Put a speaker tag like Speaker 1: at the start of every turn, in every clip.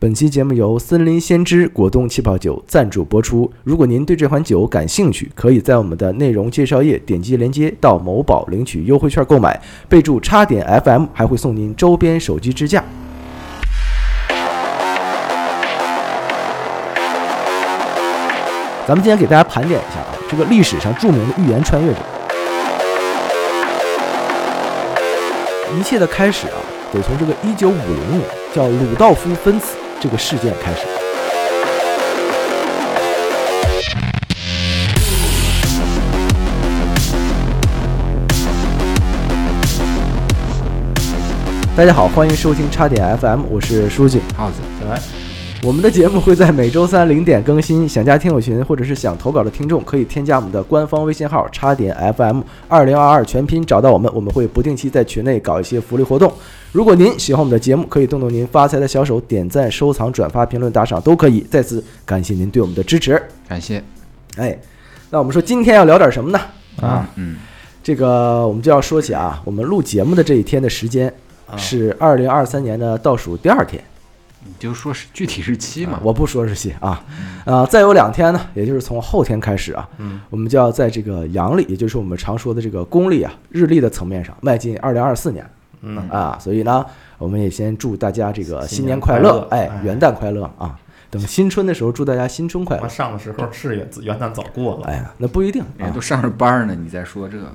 Speaker 1: 本期节目由森林先知果冻气泡酒赞助播出。如果您对这款酒感兴趣，可以在我们的内容介绍页点击链接到某宝领取优惠券购买，备注“叉点 FM”，还会送您周边手机支架。咱们今天给大家盘点一下啊，这个历史上著名的预言穿越者。一切的开始啊，得从这个1950年叫鲁道夫·芬茨这个事件开始。大家好，欢迎收听叉点 FM，我是舒静。
Speaker 2: 耗子，来，
Speaker 1: 我们的节目会在每周三零点更新，想加听友群或者是想投稿的听众，可以添加我们的官方微信号“叉点 FM 二零二二”全拼找到我们，我们会不定期在群内搞一些福利活动。如果您喜欢我们的节目，可以动动您发财的小手，点赞、收藏、转发、评论、打赏都可以。再次感谢您对我们的支持。
Speaker 2: 感谢
Speaker 1: 哎，那我们说今天要聊点什么呢？
Speaker 3: 啊，
Speaker 2: 嗯，
Speaker 1: 这个我们就要说起啊，我们录节目的这一天的时间是二零二三年的倒数第二天。
Speaker 2: 你就说是具体日期嘛
Speaker 1: 啊，我不说日期啊，呃，再有两天呢，也就是从后天开始啊，
Speaker 3: 嗯，
Speaker 1: 我们就要在这个阳历，也就是我们常说的这个公历啊、日历的层面上迈进二零二四年
Speaker 3: 嗯，
Speaker 1: 啊，所以呢，我们也先祝大家这个
Speaker 3: 新
Speaker 1: 新
Speaker 3: 年
Speaker 1: 年快
Speaker 3: 快
Speaker 1: 乐
Speaker 3: 乐，
Speaker 1: 哎
Speaker 3: 哎，
Speaker 1: 元旦快乐啊！等新春的时候，祝大家新春快乐
Speaker 3: 他。上的时候是元元旦早过了，
Speaker 1: 哎呀，那不一定
Speaker 2: 人
Speaker 1: 啊
Speaker 2: 家都。上着班儿呢，你再说这个，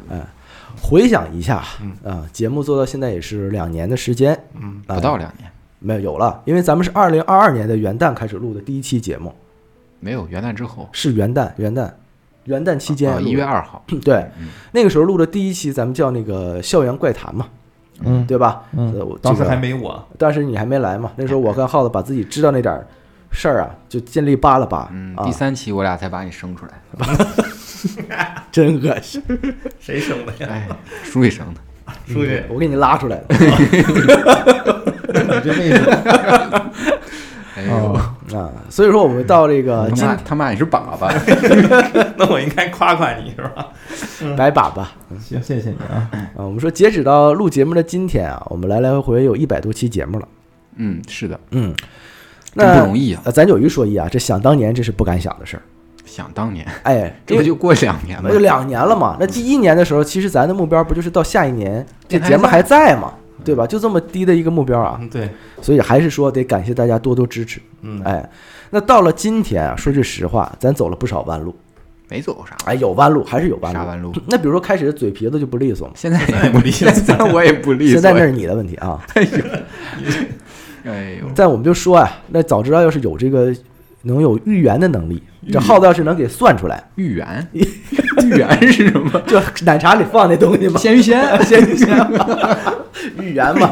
Speaker 1: 回想一下啊
Speaker 3: 嗯，
Speaker 1: 呃节目做到现在也是两年的时间，
Speaker 3: 嗯，
Speaker 1: 啊
Speaker 2: 不到两年，
Speaker 1: 没有有了，因为咱们是二零二二年的元旦开始录的第一期节目，
Speaker 2: 没有元旦之后，
Speaker 1: 是元旦元旦元旦期间
Speaker 2: 啊，
Speaker 1: 录
Speaker 2: 一
Speaker 1: 的
Speaker 2: 月二号，
Speaker 1: 对
Speaker 2: 嗯，
Speaker 1: 那个时候录的第一期，咱们叫那个校园怪谈嘛，
Speaker 3: 嗯
Speaker 1: 对吧？
Speaker 3: 嗯
Speaker 1: 呃我
Speaker 3: 当时
Speaker 1: 这个
Speaker 3: 还没我，
Speaker 1: 当时你还没来嘛，那时候我跟浩子把自己知道那点儿事儿啊，就尽力扒拉扒
Speaker 2: 嗯，
Speaker 1: 啊
Speaker 2: 第，三期我俩才把你生出来，
Speaker 1: 真恶心，
Speaker 3: 谁生的呀？
Speaker 2: 哎，书里生的，
Speaker 3: 出去，
Speaker 1: 我给你拉出来了。
Speaker 3: 嗯你这 哦辈子
Speaker 2: 哎呦，
Speaker 1: 啊，所以说我们到这个
Speaker 2: 他
Speaker 1: 呃今
Speaker 2: 妈他妈你是粑粑，
Speaker 3: 那我应该夸夸你是吧？嗯
Speaker 1: 白粑粑
Speaker 3: 行，谢谢你啊，
Speaker 1: 啊，我们说截止到录节目的今天啊，我们来来回回有一百多期节目了，
Speaker 2: 嗯，是的，
Speaker 1: 嗯，
Speaker 2: 真不
Speaker 1: 那
Speaker 2: 容易啊，
Speaker 1: 呃咱有一说一啊，这想当年这是不敢想的事儿，
Speaker 2: 想当年，
Speaker 1: 哎，
Speaker 2: 这不就过两年
Speaker 1: 那
Speaker 2: 吗
Speaker 1: 就？两年了嘛。那第一年的时候，其实咱的目标不就是到下一年这
Speaker 2: 电台
Speaker 1: 节目还在嘛，对吧？就这么低的一个目标啊，
Speaker 3: 嗯，对，
Speaker 1: 所以还是说得感谢大家多多支持。
Speaker 3: 嗯，
Speaker 1: 哎，那到了今天啊，说句实话，咱走了不少弯路，
Speaker 2: 没走啥，
Speaker 1: 哎，有弯路还是有弯
Speaker 2: 啥
Speaker 1: 路。
Speaker 2: 弯路？
Speaker 1: 那比如说开始嘴皮子就不利索嘛，
Speaker 2: 现在
Speaker 3: 现在也不利索
Speaker 2: 现在我也不利索，
Speaker 1: 现在那是你的问题啊。
Speaker 2: 哎呦，
Speaker 1: 但我们就说啊，那早知道要是有这个能有预言的能力，这耗子要是能给算出来，
Speaker 2: 芋圆，芋圆是什么？
Speaker 1: 就奶茶里放那东西嘛，
Speaker 2: 鲜芋仙
Speaker 1: 先预言嘛，预言嘛。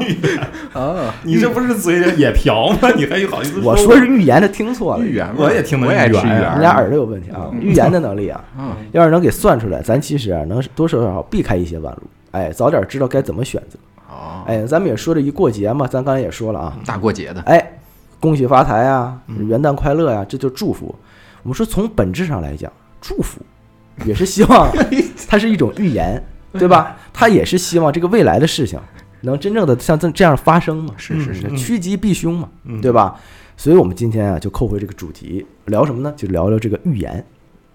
Speaker 2: 啊，
Speaker 3: 你这不是嘴也瓢吗？你还好意思
Speaker 1: 我说是预言，他听错了。
Speaker 2: 芋圆嘛，
Speaker 3: 我也听到
Speaker 2: 我也
Speaker 3: 芋
Speaker 2: 吃
Speaker 3: 圆
Speaker 2: 芋
Speaker 3: 儿
Speaker 2: 圆，
Speaker 1: 你俩耳朵有问题啊！预言的能力啊，
Speaker 2: 啊，
Speaker 1: 要是能给算出来，咱其实啊能多少少避开一些弯路，哎，早点知道该怎么选择。
Speaker 2: 哦，
Speaker 1: 哎，咱们也说这一过节嘛，咱刚才也说了啊，
Speaker 2: 大过节的，
Speaker 1: 哎，恭喜发财啊，元旦快乐呀、这就祝福。我们说从本质上来讲，祝福也是希 望，它是一种预言，对吧？它也是希望这个未来的事情能真正的像这这样发生嘛，
Speaker 2: 是是是，
Speaker 3: 嗯
Speaker 1: 趋吉避凶嘛，
Speaker 3: 嗯
Speaker 1: 对吧？所以我们今天啊就扣回这个主题，聊什么呢？就聊聊这个预言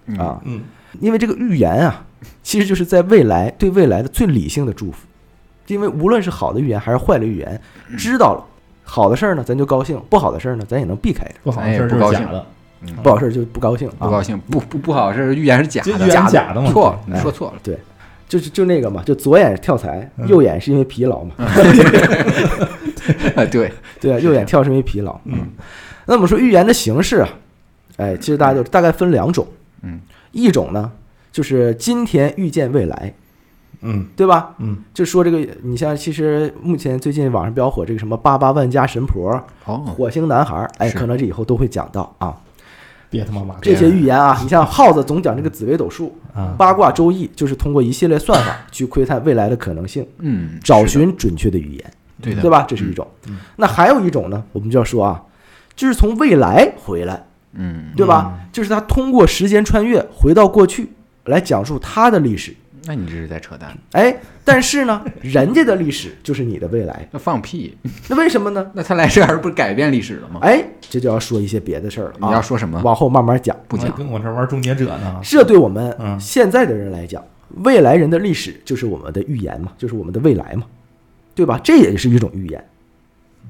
Speaker 2: 嗯
Speaker 1: 啊，
Speaker 3: 嗯，
Speaker 1: 因为这个预言啊，其实就是在未来对未来的最理性的祝福。因为无论是好的预言还是坏的预言，
Speaker 2: 嗯
Speaker 1: 知道了好的事儿呢，咱就高兴；不好的事儿呢，咱也能避开它。
Speaker 3: 哎不好的事儿就是假的，
Speaker 1: 不好事儿就不高兴
Speaker 2: 嗯不
Speaker 1: 啊
Speaker 2: 高。兴，不不不好，这是预言是假
Speaker 3: 这
Speaker 2: 的，
Speaker 3: 预言是假的嘛
Speaker 2: 错了，你
Speaker 1: 哎
Speaker 2: 说错了，
Speaker 1: 对，就是就那个嘛，就左眼跳财，
Speaker 2: 嗯
Speaker 1: 右眼是因为疲劳嘛。
Speaker 2: 哎 对，
Speaker 1: 对啊，右眼跳是因为疲劳。
Speaker 3: 嗯，
Speaker 1: 那我们说预言的形式啊，哎，其实大家就大概分两种。
Speaker 2: 嗯，
Speaker 1: 一种呢就是今天预见未来，
Speaker 3: 嗯
Speaker 1: 对吧？
Speaker 3: 嗯，
Speaker 1: 就说这个，你像其实目前最近网上比较火这个什么八八万家神婆、
Speaker 2: 哦，
Speaker 1: 火星男孩儿，哎，
Speaker 2: 是
Speaker 1: 可能这以后都会讲到啊。
Speaker 3: 别他妈骂
Speaker 1: 这
Speaker 3: 街
Speaker 1: 些预言啊，你像耗子总讲这个紫微斗数、
Speaker 2: 嗯
Speaker 3: 啊，
Speaker 1: 八卦周易，就是通过一系列算法去窥探未来的可能性，
Speaker 2: 嗯，
Speaker 1: 找
Speaker 2: 是的
Speaker 1: 寻准确的语言，
Speaker 2: 对的，嗯
Speaker 1: 对？吧？这是一种。那还有一种呢，我们就要说啊，就是从未来回来，
Speaker 2: 嗯，
Speaker 1: 对吧？就是他通过时间穿越回到过去来讲述他的历史，
Speaker 2: 那你这是在扯淡，
Speaker 1: 哎，但是呢，人家的历史就是你的未来，
Speaker 2: 那放屁！
Speaker 1: 那为什么呢？
Speaker 2: 那他来这儿不是改变历史了吗？
Speaker 1: 哎，这就要说一些别的事儿了啊。
Speaker 2: 你要说什么？
Speaker 1: 往后慢慢讲。啊
Speaker 2: 不讲
Speaker 3: 还跟我这玩终结者呢？
Speaker 1: 这对我们
Speaker 3: 嗯
Speaker 1: 现在的人来讲，未来人的历史就是我们的预言嘛，就是我们的未来嘛，对吧？这也是一种预言，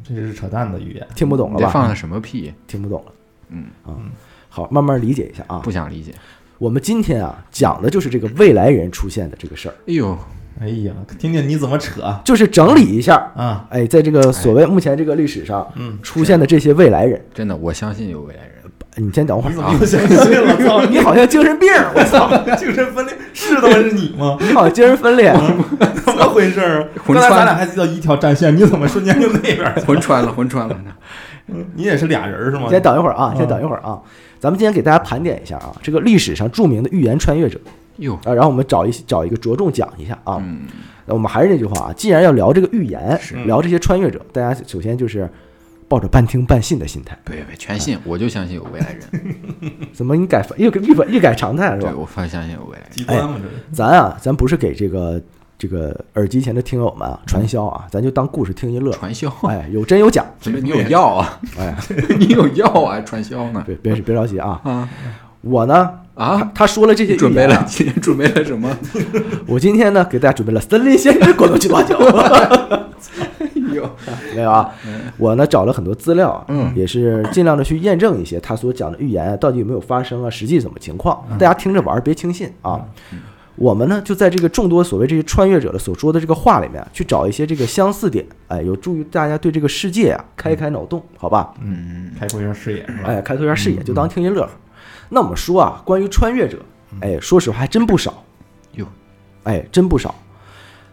Speaker 3: 这是扯淡的语言。
Speaker 1: 听不懂
Speaker 2: 你
Speaker 1: 了
Speaker 2: 这
Speaker 1: 吧？
Speaker 2: 放的什么屁？
Speaker 1: 听不懂了
Speaker 2: 嗯，
Speaker 1: 啊。好，慢慢理解一下啊。
Speaker 2: 不想理解。
Speaker 1: 我们今天啊讲的就是这个未来人出现的这个事儿，
Speaker 2: 哎呦，
Speaker 3: 哎呀，听听你怎么扯啊
Speaker 1: 就是整理一下，
Speaker 3: 啊！
Speaker 1: 哎，在这个所谓目前这个历史上
Speaker 3: 嗯，
Speaker 1: 出现的这些未来人，
Speaker 2: 真的，我相信有未来人。
Speaker 1: 你先等会儿
Speaker 3: 你怎
Speaker 1: 啊
Speaker 2: 哎
Speaker 3: 么， 又相信了？操！
Speaker 1: 你好像精神病儿，我操，
Speaker 3: 你精神分裂是他妈是你吗？
Speaker 1: 你好像精神分 裂，
Speaker 3: 怎么回事儿啊？
Speaker 2: 魂
Speaker 3: 刚才
Speaker 2: 穿
Speaker 3: 咱俩还到一条战线，你怎么瞬间就那 边儿？
Speaker 2: 魂穿了，魂穿了。哎
Speaker 3: 嗯你也是俩人儿是吗
Speaker 1: 你？先等一会儿啊，
Speaker 3: 嗯
Speaker 1: 先等一会儿啊，咱们今天给大家盘点一下啊，这个历史上著名的预言穿越者
Speaker 2: 哟，
Speaker 1: 啊，然后我们找一找一个着重讲一下啊。
Speaker 2: 嗯，
Speaker 1: 那我们还是那句话啊，既然要聊这个预言
Speaker 2: 是，
Speaker 1: 聊这些穿越者，大家首先就是抱着半听半信的心 态。
Speaker 2: 别别，全信，我就相信有未来人。
Speaker 1: 怎么你改又一反一改常态了是吧
Speaker 2: 对，？我反相信有未来 人。
Speaker 3: 极端嘛，这是
Speaker 1: 咱啊，咱不是给这个这个耳机前的听友们啊传销啊，咱就当故事听一乐。
Speaker 2: 传销？
Speaker 1: 哎，有真有假，
Speaker 2: 怎么你有药啊？
Speaker 1: 哎，
Speaker 2: 你有药啊？传销呢？
Speaker 1: 别别别着急啊！
Speaker 2: 啊
Speaker 1: 我呢，他
Speaker 2: 啊！
Speaker 1: 他说了这些
Speaker 2: 你
Speaker 1: 预
Speaker 2: 准备
Speaker 1: 言啊
Speaker 2: 了， 今天准备了什么？
Speaker 1: 我今天呢给大家准备了森林先知滚动去多久？
Speaker 2: 哎呦，
Speaker 1: 没有啊，我呢找了很多资料啊，
Speaker 2: 嗯
Speaker 1: 也是尽量的去验证一些他所讲的预言啊到底有没有发生啊，实际怎么情况？大家听着玩儿，别轻信啊。我们呢就在这个众多所谓这些穿越者的所说的这个话里面啊去找一些这个相似点，哎，有助于大家对这个世界啊开开脑洞，好吧？
Speaker 2: 嗯，
Speaker 3: 开阔一下视野是吧？
Speaker 1: 哎，开拓一下视野，就当听一乐呵。那我们说啊，关于穿越者，哎，说实话还真不少，
Speaker 2: 哟，
Speaker 1: 哎，真不少。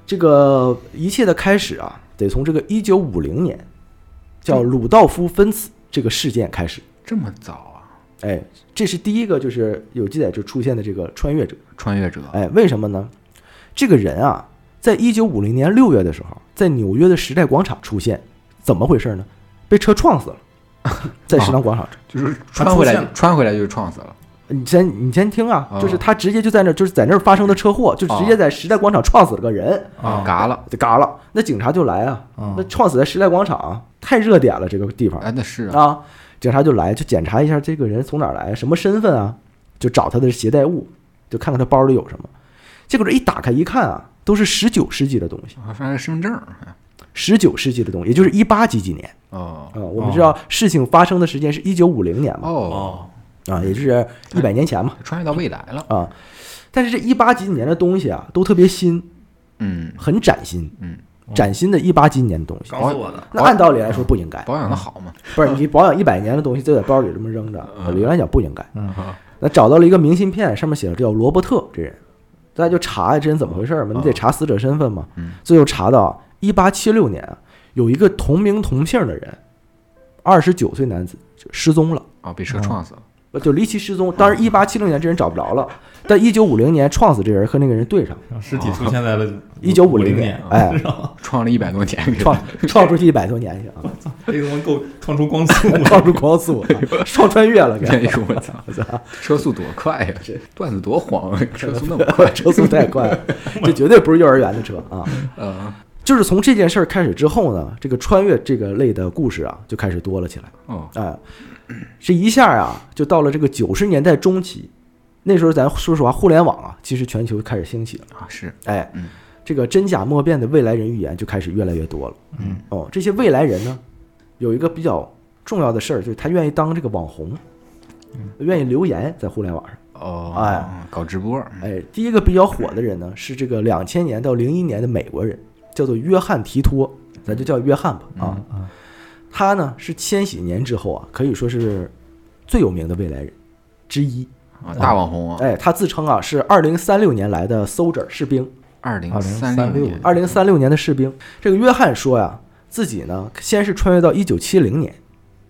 Speaker 1: 这个一切的开始啊，得从这个一九五零年叫鲁道夫·芬茨这个事件开始。
Speaker 2: 这么早啊？
Speaker 1: 哎，这是第一个就是有记载就出现的这个穿越者。
Speaker 2: 穿越者，
Speaker 1: 哎，为什么呢？这个人啊，在一九五零年六月的时候，在纽约的时代广场出现，怎么回事呢？被车撞死了，在时代广场。
Speaker 2: 就是穿回
Speaker 3: 他出
Speaker 2: 来，
Speaker 3: 现
Speaker 2: 穿回来就撞死了。
Speaker 1: 你先你先听啊，
Speaker 2: 哦
Speaker 1: 就是他直接就在那儿，就是在那儿发生的车
Speaker 2: 啊
Speaker 1: 祸，就直接在时代广场撞死了个人，
Speaker 3: 啊
Speaker 2: 嘎了。
Speaker 1: 就嘎了。那警察就来啊，
Speaker 3: 啊
Speaker 1: 那撞死在时代广场啊太热点了，这个地方
Speaker 2: 哎，那是啊，
Speaker 1: 啊，警察就来就检查一下这个人从哪儿来，什么身份啊，就找他的携带物，就看看他包里有什么。结果这一打开一看啊，都是十九世纪的东西，
Speaker 2: 我发现身份证儿。
Speaker 1: 十九世纪的东西，也就是一八几几年
Speaker 2: 哦
Speaker 1: 啊、我们知道事情发生的时间是一九五零年嘛，
Speaker 2: 哦，
Speaker 3: 哦，
Speaker 1: 啊，也就是一百年前嘛，
Speaker 2: 穿越到未来了。
Speaker 1: 啊。但是这一八几几年的东西啊，都特别新，
Speaker 2: 嗯
Speaker 1: 很崭新，
Speaker 2: 嗯，
Speaker 1: 崭新的一八几年的东西。
Speaker 3: 刚死我的，
Speaker 1: 那按道理来说不应该，
Speaker 2: 保养的好嘛？
Speaker 1: 不是你保养一百年的东西就在包里这么扔着，理论来讲不应该。
Speaker 3: 嗯
Speaker 1: 那找到了一个明信片，上面写着叫罗伯特这人，大家就查呀，这人怎么回事嘛？你得查死者身份嘛。最后查到一八七六年啊，有一个同名同姓的人，二十九岁男子就失踪了。
Speaker 2: 哦，被车撞死了。
Speaker 1: 呃就离奇失踪，当然，一八七六年这人找不着了，但一九五零年撞死这人和那个人对上，
Speaker 3: 让啊尸体出现在了
Speaker 1: 一九
Speaker 3: 五
Speaker 1: 零
Speaker 3: 年，啊
Speaker 1: 哎，
Speaker 3: 是吧？
Speaker 2: 创了一百多年，
Speaker 1: 创创出去一百多年去啊，
Speaker 3: 这他妈够创出光速 了。
Speaker 1: 创出光速啊，创穿越了，
Speaker 2: 哎
Speaker 1: 给，
Speaker 2: 呦我操！车速多快呀、段子多黄，啊车速那么 快
Speaker 1: 车速太快了，这绝对不是幼儿园的车啊！
Speaker 2: 呃，
Speaker 1: 就是从这件事儿开始之后呢，这个穿越这个类的故事啊，就开始多了起来。
Speaker 2: 哦，
Speaker 1: 哎，这一下啊，就到了这个九十年代中期，那时候咱说实话，互联网啊，其实全球开始兴起了。
Speaker 2: 啊是，
Speaker 1: 哎
Speaker 2: 嗯，
Speaker 1: 这个真假莫辨的未来人预言就开始越来越多了。
Speaker 3: 嗯，
Speaker 1: 哦，这些未来人呢，有一个比较重要的事儿，就是他愿意当这个网红，
Speaker 3: 嗯
Speaker 1: 愿意留言在互联网上。
Speaker 2: 哦，
Speaker 1: 哎，
Speaker 2: 搞直播，
Speaker 3: 嗯
Speaker 1: 哎，第一个比较火的人呢，是这个两千年到零一年的美国人，叫做约翰提托，咱就叫约翰吧啊。
Speaker 3: 嗯
Speaker 1: 他呢是千禧年之后啊，可以说是最有名的未来人之一。
Speaker 2: 啊，大网
Speaker 3: 哦
Speaker 2: 红啊，
Speaker 1: 哎，他自称啊是二零三六年来的 soldier 士兵，
Speaker 2: 二零
Speaker 3: 2036
Speaker 2: 六年，
Speaker 1: 二零三六年的士兵。这个约翰说呀，自己呢先是穿越到一九七零年，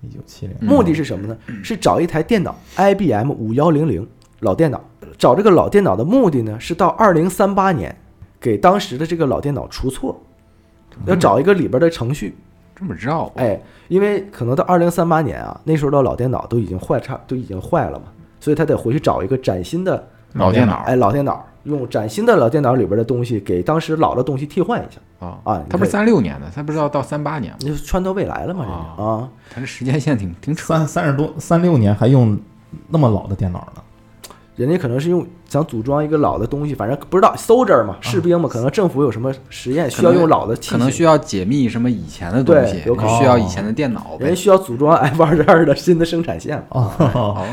Speaker 3: 一九七零，
Speaker 2: 嗯
Speaker 1: 目的是什么呢？是找一台电脑，IBM 五幺零零老电脑。找这个老电脑的目的呢，是到二零三八年给当时的这个老电脑除错，要找一个里边的程序。
Speaker 2: 这么绕啊，
Speaker 1: 哎，因为可能到二零三八年啊，那时候的老电脑都已经坏差，都已经坏了嘛，所以他得回去找一个崭新的
Speaker 2: 老电脑
Speaker 1: 哎老电脑。用崭新的老电脑里边的东西给当时老的东西替换一下，
Speaker 2: 啊
Speaker 1: 啊你
Speaker 2: 他不
Speaker 1: 可以
Speaker 2: 是三六年的，他不是要到三八年吗？
Speaker 1: 你就穿透未来了嘛？这个啊，
Speaker 2: 他这时间线挺挺扯。
Speaker 3: 三三十多三六年还用那么老的电脑呢，
Speaker 1: 人家可能是用想组装一个老的东西，反正不知道搜这儿嘛，士兵嘛，可能政府有什么实验需要用老的器
Speaker 2: 啊可能需
Speaker 1: 械，
Speaker 2: 要解密什么以前的东西
Speaker 1: 对，有可
Speaker 3: 能
Speaker 2: 需要以前的电脑
Speaker 1: 人
Speaker 2: 呗
Speaker 1: 家。需要组装 哎 F 二十二的新的生产线嘛。
Speaker 3: 哦，
Speaker 2: 哦，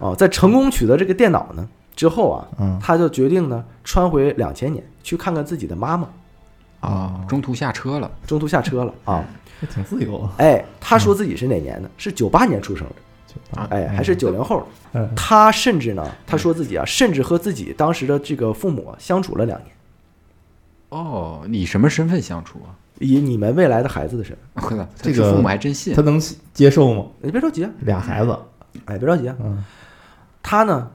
Speaker 1: 哦，在成功取得这个电脑呢之后啊，
Speaker 3: 嗯
Speaker 1: 他就决定呢穿回两千年去看看自己的妈妈，哦
Speaker 2: 啊，中途下车了，
Speaker 1: 中途下车了啊。
Speaker 3: 这挺自由啊，
Speaker 1: 哎，他说自己是哪年的？是九八年出生的，
Speaker 3: 就
Speaker 2: 嗯
Speaker 3: 打
Speaker 1: 哎，还是九零后的。
Speaker 3: 嗯
Speaker 1: 他甚至呢，他说自己啊，甚至和自己当时的这个父母啊相处了两年，
Speaker 2: 哦，以什么身份相处啊？
Speaker 1: 以你们未来的孩子的身份。
Speaker 2: 我操，
Speaker 3: 这个
Speaker 2: 他父母还真信
Speaker 3: 他能接受吗？
Speaker 1: 你别着急啊，
Speaker 3: 俩孩子，
Speaker 1: 哎，别着急啊。
Speaker 3: 嗯
Speaker 1: 他呢，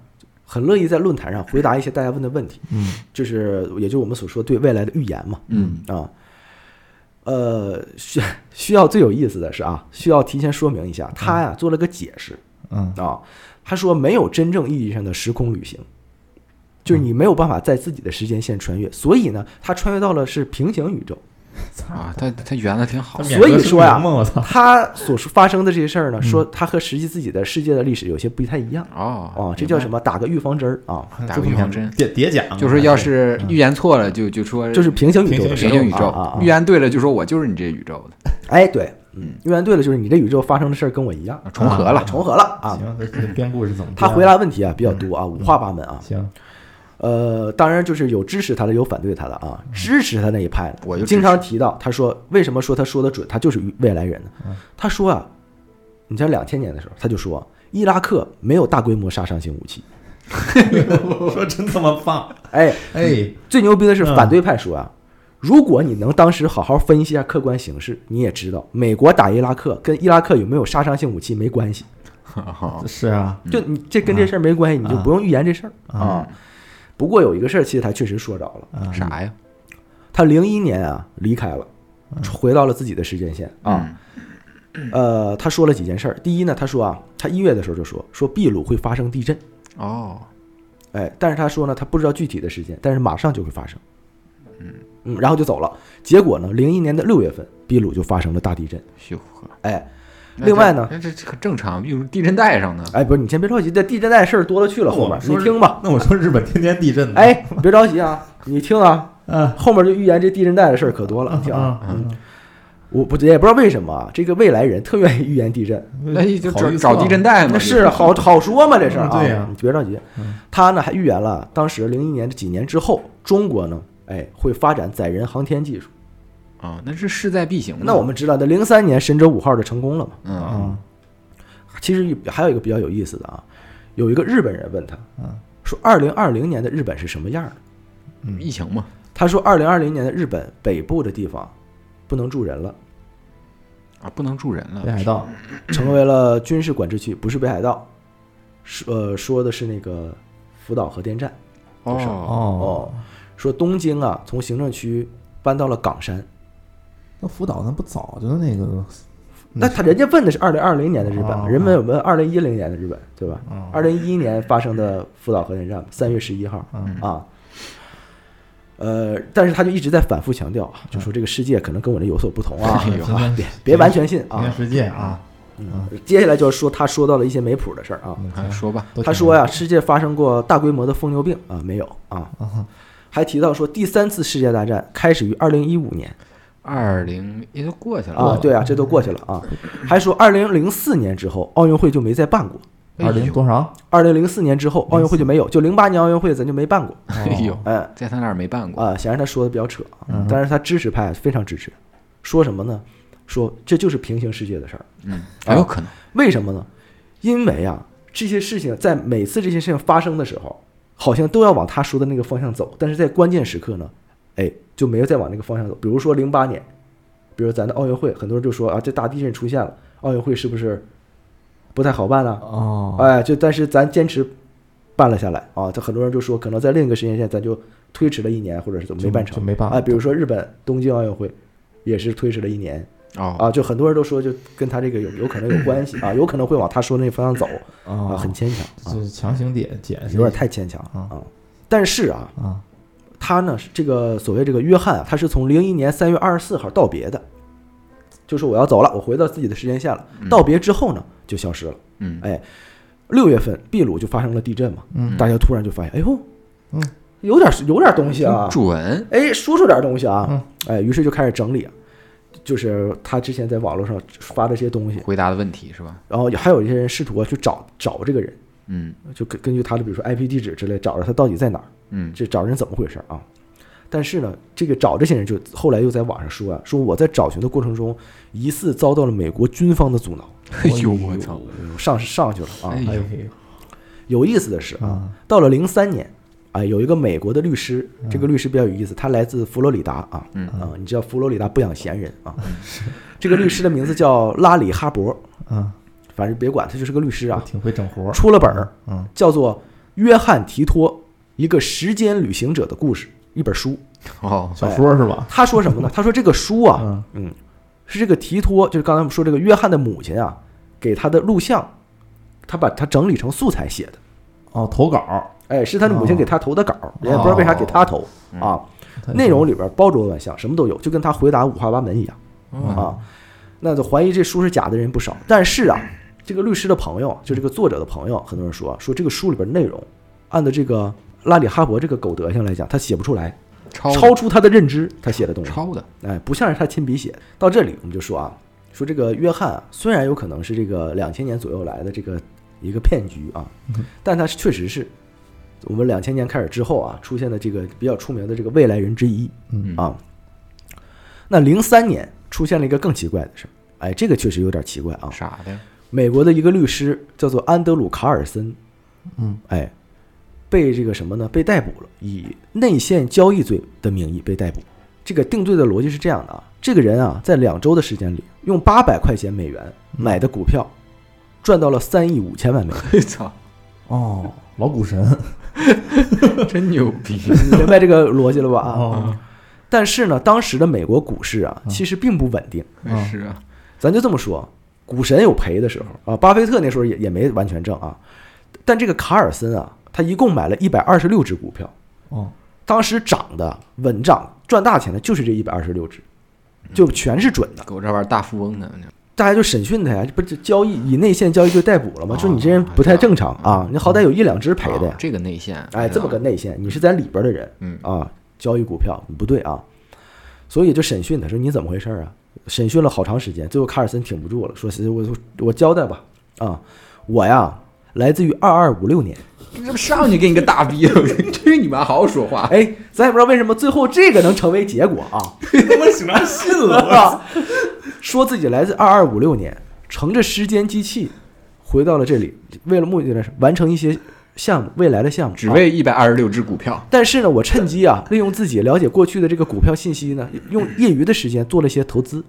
Speaker 1: 很乐意在论坛上回答一些大家问的问题，
Speaker 3: 嗯，
Speaker 1: 就是也就是我们所说对未来的预言嘛。
Speaker 2: 嗯
Speaker 1: 啊，呃，需需要最有意思的是啊，需要提前说明一下，他呀做了个解释
Speaker 3: 嗯，
Speaker 1: 啊，他说没有真正意义上的时空旅行，就是你没有办法在自己的时间线穿越，所以呢，他穿越到了是平行宇宙，嗯
Speaker 2: 啊，他他圆的挺好
Speaker 3: 他
Speaker 1: 们，
Speaker 3: 免
Speaker 1: 所以
Speaker 3: 责声
Speaker 1: 说呀
Speaker 3: 明嘛我啊操，
Speaker 1: 他所说发生的这些事儿呢，说他和实际自己的世界的历史有些不太一样
Speaker 2: 哦
Speaker 1: 啊，这叫什
Speaker 2: 么？
Speaker 1: 么？打个预防针儿啊，
Speaker 2: 打
Speaker 3: 这
Speaker 2: 个
Speaker 3: 不
Speaker 2: 预防
Speaker 3: 免
Speaker 2: 针
Speaker 3: 叠叠甲嘛，
Speaker 2: 就是要是预言错了，就就说
Speaker 1: 嗯就是平行宇
Speaker 3: 平
Speaker 1: 宙的
Speaker 2: 平
Speaker 3: 行
Speaker 1: 事儿，
Speaker 2: 行宇宙
Speaker 1: 啊啊啊；
Speaker 2: 预言对了，就说我就是你这宇宙的
Speaker 1: 哎，对，嗯，预言对了，就是你这宇宙发生的事儿跟我一样
Speaker 2: 啊，重合
Speaker 1: 啊
Speaker 2: 了。
Speaker 1: 重合了啊。
Speaker 3: 行，这这编故事怎么编
Speaker 1: 他
Speaker 3: 啊？
Speaker 1: 回答问题啊比较多啊，
Speaker 2: 嗯
Speaker 1: 五花八门啊。
Speaker 3: 行，
Speaker 1: 呃，当然就是有支持他的，有反对他的啊。支持他那一派呢，
Speaker 2: 嗯我就支持
Speaker 1: 经常提到，他说为什么说他说的准，他就是未来人呢？
Speaker 2: 嗯
Speaker 1: 他说啊，你像两千年的时候，他就说伊拉克没有大规模杀伤性武器。
Speaker 3: 我说真他妈棒，
Speaker 1: 哎，
Speaker 3: 哎，
Speaker 1: 最牛逼的是
Speaker 3: 嗯
Speaker 1: 反对派说啊，如果你能当时好好分析一下客观形势，你也知道美国打伊拉克跟伊拉克有没有杀伤性武器没关系，
Speaker 3: 是啊，
Speaker 1: 就你这跟这事儿没关系，你就不用预言这事儿啊。不过有一个事儿，其实他确实说着了，
Speaker 3: 啊，
Speaker 2: 嗯啥呀？
Speaker 1: 他零一年啊离开了，回到了自己的时间线啊。
Speaker 2: 嗯
Speaker 1: 呃，他说了几件事儿。第一呢，他说啊，他一月的时候就说说秘鲁会发生地震，
Speaker 2: 哦，
Speaker 1: 哎，但是他说呢，他不知道具体的时间，但是马上就会发生。嗯然后就走了。结果呢，零一年的六月份，秘鲁就发生了大地震。
Speaker 2: 哟呵。
Speaker 1: 哎，
Speaker 2: 那
Speaker 1: 另外
Speaker 2: 这
Speaker 1: 呢，
Speaker 2: 那这很正常，比如地震带上呢，
Speaker 1: 哎，不是你先别着急，这地震带事儿多了去了，后面你听吧。。
Speaker 3: 那我说嗯日本天天地震呢，
Speaker 1: 哎，别着急啊，你听啊，
Speaker 3: 嗯，
Speaker 1: 后面就预言这地震带的事儿可多了，
Speaker 3: 啊
Speaker 1: 你听啊。
Speaker 3: 啊，嗯
Speaker 1: 我不也不知道为什么啊，这个未来人特愿意预言地震，
Speaker 2: 那就
Speaker 3: 嗯好啊
Speaker 2: 找
Speaker 3: 预测
Speaker 2: 找地震带嘛。
Speaker 1: 那是啊好好说嘛这事儿啊。
Speaker 3: 嗯对呀
Speaker 1: 你别着急
Speaker 3: 嗯，
Speaker 1: 他呢还预言了当时零一年几年之后，中国呢，哎会发展载人航天技术。
Speaker 2: 啊，那是势在必
Speaker 3: 嗯
Speaker 2: 行的。
Speaker 1: 那我们知道的，零三年神舟五号的成功了嘛？
Speaker 2: 嗯，
Speaker 3: 啊，
Speaker 1: 其实还有一个比较有意思的啊，有一个日本人问他
Speaker 3: 嗯，
Speaker 1: 说二零二零年的日本是什么样的？
Speaker 2: 疫情嘛，
Speaker 1: 他说二零二零年的日本北部的地方不能住人了，
Speaker 2: 啊，不能住人了
Speaker 3: 北。海道，
Speaker 1: 成为了军事管制区，不是北海道，是呃说的是那个福岛核电站
Speaker 2: 哦，
Speaker 1: 哦，说东京啊从行政区搬到了冈山。
Speaker 3: 那福岛那不早就那个？
Speaker 1: 那他人家问的是二零二零年的日
Speaker 3: 哦
Speaker 1: 本，人们有问二零一零年的日本，对吧
Speaker 3: 哦？
Speaker 1: 二零一一年发生的福岛核电站，三月十一号
Speaker 3: 嗯
Speaker 1: 啊。呃，但是他就一直在反复强调啊，就说这个世界可能跟我这有所不同 啊，
Speaker 2: 哎呦
Speaker 3: 平行
Speaker 1: 别完全信
Speaker 3: 平
Speaker 1: 啊
Speaker 3: 行。世界啊，
Speaker 1: 接下来就是说他说到了一些没谱的事儿啊，
Speaker 2: 啊说吧，
Speaker 3: 都挺
Speaker 1: 他说呀，世界发生过大规模的疯牛病啊，没有啊，
Speaker 3: 啊，
Speaker 1: 还提到说第三次世界大战开始于二零一五年，
Speaker 2: 二零也就过去了
Speaker 1: 啊，，对啊，这都过去了啊，还说二零零四年之后奥运会就没再办过，
Speaker 2: 哎
Speaker 3: 二零多少？
Speaker 1: 二零零四年之后奥运会就没有，就零八年奥运会咱就没办过，
Speaker 2: 哎呦，
Speaker 1: 哎
Speaker 2: 在他那儿没办过。
Speaker 1: 啊，显然他说的比较扯啊
Speaker 3: 嗯，
Speaker 1: 但是他支持派非常支持，说什么呢？说这就是平行世界的事儿，
Speaker 2: 嗯，还有可能。
Speaker 1: 为什么呢？因为啊，这些事情在每次这些事情发生的时候，好像都要往他说的那个方向走，但是在关键时刻呢，哎，就没有再往那个方向走。比如说零八年，比如咱的奥运会，很多人就说啊，这大地震出现了，奥运会是不是不太好办呢、
Speaker 3: 哦，
Speaker 1: 哎，就但是咱坚持办了下来啊，这很多人就说可能在另一个时间线咱就推迟了一年，或者是怎么
Speaker 3: 就
Speaker 1: 没办成，
Speaker 3: 就没办
Speaker 1: 啊。比如说日本东京奥运会也是推迟了一年
Speaker 2: 哦，
Speaker 1: 啊，就很多人都说就跟他这个有有可能有关系啊，有可能会往他说那方向走啊，
Speaker 3: 啊，
Speaker 1: 很牵强啊，
Speaker 3: 就是强行解解释，
Speaker 1: 有点太牵强了
Speaker 3: 啊
Speaker 1: 啊。但是啊，
Speaker 3: 啊，
Speaker 1: 他呢，是这个所谓这个约翰啊，他是从零一年三月二十四号道别的，就说我要走了，我回到自己的时间线了。
Speaker 3: 嗯
Speaker 1: 道别之后呢，就消失了。
Speaker 2: 嗯
Speaker 1: 哎，六月份秘鲁就发生了地震嘛，
Speaker 3: 嗯
Speaker 1: 大家突然就发现，哎呦，
Speaker 3: 嗯，
Speaker 1: 有点有点东西啊，
Speaker 2: 准，
Speaker 1: 哎，说出点东西啊，
Speaker 3: 嗯
Speaker 1: 哎，于是就开始整理，就是他之前在网络上发的这些东西，
Speaker 2: 回答的问题是吧？
Speaker 1: 然后还有一些人试图啊去找找这个人，
Speaker 2: 嗯
Speaker 1: 就根根据他的比如说 IP 地址之类，找着他到底在哪儿。
Speaker 2: 嗯
Speaker 1: 这找人怎么回事啊？但是呢，这个找这些人就后来又在网上说啊，说我在找寻的过程中，疑似遭到了美国军方的阻挠，
Speaker 2: 哎呦我操！
Speaker 1: 上上去了啊
Speaker 2: 哎！嗯
Speaker 3: 哎
Speaker 2: 呦
Speaker 3: 呦
Speaker 1: 有意思的是啊，
Speaker 3: 啊，
Speaker 1: 到了零三年，啊，有一个美国的律师，这个律师比较有意思，他来自佛罗里达啊，
Speaker 2: 嗯
Speaker 1: 啊，你知道佛罗里达不养闲人 啊，这个律师的名字叫拉里哈伯，
Speaker 3: 啊，
Speaker 1: 反正别管他就是个律师啊，
Speaker 3: 挺会整活儿，
Speaker 1: 出了本儿
Speaker 3: 嗯，
Speaker 1: 叫做《约翰提托：一个时间旅行者的故事》一本书，
Speaker 2: 哦，
Speaker 3: 小说是吧？
Speaker 1: 他说什么呢？他说这个书啊，
Speaker 3: 嗯
Speaker 1: 嗯，是这个提托，就是刚才我们说这个约翰的母亲啊，给他的录像，他把它整理成素材写的。
Speaker 3: 哦，投稿，
Speaker 1: 哎，是他的母亲
Speaker 3: 哦嗯
Speaker 1: 给他投的稿，人家不知道为啥给他投、啊。内容里边包罗万象，什么都有，就跟他回答五花八门一样、
Speaker 2: 嗯
Speaker 1: 啊。那就怀疑这书是假的人不少，但是啊，这个律师的朋友，就这个作者的朋友，很多人说说这个书里边内容，按照这个拉里哈伯这个狗德行来讲，他写不出来，
Speaker 2: 超
Speaker 1: 超出他的认知，他写的东西。
Speaker 2: 超的，
Speaker 1: 哎，不像是他亲笔写的。到这里，我们就说啊，说这个约翰啊，虽然有可能是这个两千年左右来的这个一个骗局啊，
Speaker 2: 嗯
Speaker 1: 但他确实是我们两千年开始之后啊出现的这个比较出名的这个未来人之一
Speaker 3: 嗯
Speaker 1: 啊。那零三年出现了一个更奇怪的事儿，哎，这个确实有点奇怪啊。
Speaker 2: 傻的，
Speaker 1: 美国的一个律师叫做安德鲁·卡尔森，
Speaker 3: 嗯，
Speaker 1: 哎，被这个什么呢？被逮捕了，以内线交易罪的名义被逮捕。这个定罪的逻辑是这样的啊，这个人啊，在两周的时间里，用八百块钱美元
Speaker 3: 嗯
Speaker 1: 买的股票，赚到了三亿五千万美 元。
Speaker 2: 我哎操，
Speaker 3: 哦，老股神
Speaker 2: 真牛逼！
Speaker 1: 你明白这个逻辑了吧？啊，
Speaker 3: 哦，
Speaker 1: 但是呢，当时的美国股市啊，其实并不稳定。
Speaker 3: 嗯
Speaker 2: 是啊，
Speaker 1: 咱就这么说，股神有赔的时候啊，巴菲特那时候也也没完全挣啊，但这个卡尔森啊，他一共买了一百二十六只股票，
Speaker 3: 哦，
Speaker 1: 当时涨的稳涨赚大钱的就是这一百二十六只，就全是准的。
Speaker 2: 狗这玩意儿大富翁呢，
Speaker 1: 大家就审讯他呀，这不就交易以内线交易就逮捕了吗？
Speaker 2: 哦
Speaker 1: 说你这人不太正常
Speaker 2: 这样
Speaker 1: 啊，你好歹有一两只赔的
Speaker 2: 啊
Speaker 1: 呀。
Speaker 2: 这个内线，
Speaker 1: 哎，这么个
Speaker 2: 跟，
Speaker 1: 内线，你是在里边的人
Speaker 2: 嗯
Speaker 1: 啊，交易股票你不对啊，所以就审讯他说你怎么回事啊？审讯了好长时间，最后卡尔森挺不住了，说是我我交代吧啊，我呀来自于二二五六年。
Speaker 2: 这不上去给你个大逼， 去你妈！好好说话，
Speaker 1: 哎，咱也不知道为什么最后这个能成为结果啊！
Speaker 3: 我醒来信了，
Speaker 1: 啊， 说自己来自二二五六年，乘着时间机器回到了这里，为了目的呢是完成一些项目，未来的项目。
Speaker 2: 只
Speaker 1: 啊
Speaker 2: 为一百二十六只股票，
Speaker 1: 但是呢，我趁机啊，利用自己了解过去的这个股票信息呢，用业余的时间做了一些投资。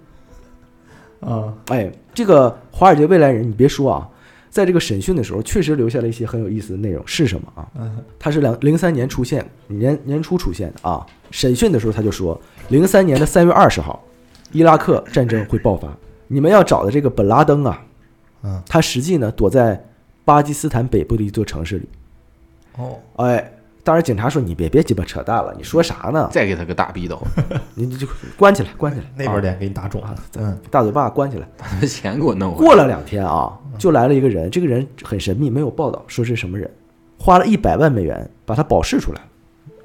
Speaker 3: 啊，
Speaker 1: 哎，这个华尔街未来人，你别说啊，在这个审讯的时候，确实留下了一些很有意思的内容。是什么啊？
Speaker 3: 嗯
Speaker 1: 他是两零三年出现，年年初出现的啊。审讯的时候他就说，零三年的三月二十号，伊拉克战争会爆发。你们要找的这个本拉登啊，
Speaker 3: 嗯，
Speaker 1: 他实际呢躲在巴基斯坦北部的一座城市里。
Speaker 3: 哦，
Speaker 1: 哎，当时警察说你别别鸡巴扯淡了，你说啥呢？
Speaker 2: 再给他个大逼斗，
Speaker 1: 你你就关起来，关起来，
Speaker 3: 那边脸给你打肿了，嗯，
Speaker 1: 大嘴巴关起来。
Speaker 2: 把他钱给我弄回来。
Speaker 1: 过了两天啊，就来了一个人，这个人很神秘，没有报道说是什么人，花了一百万美元把他保释出来，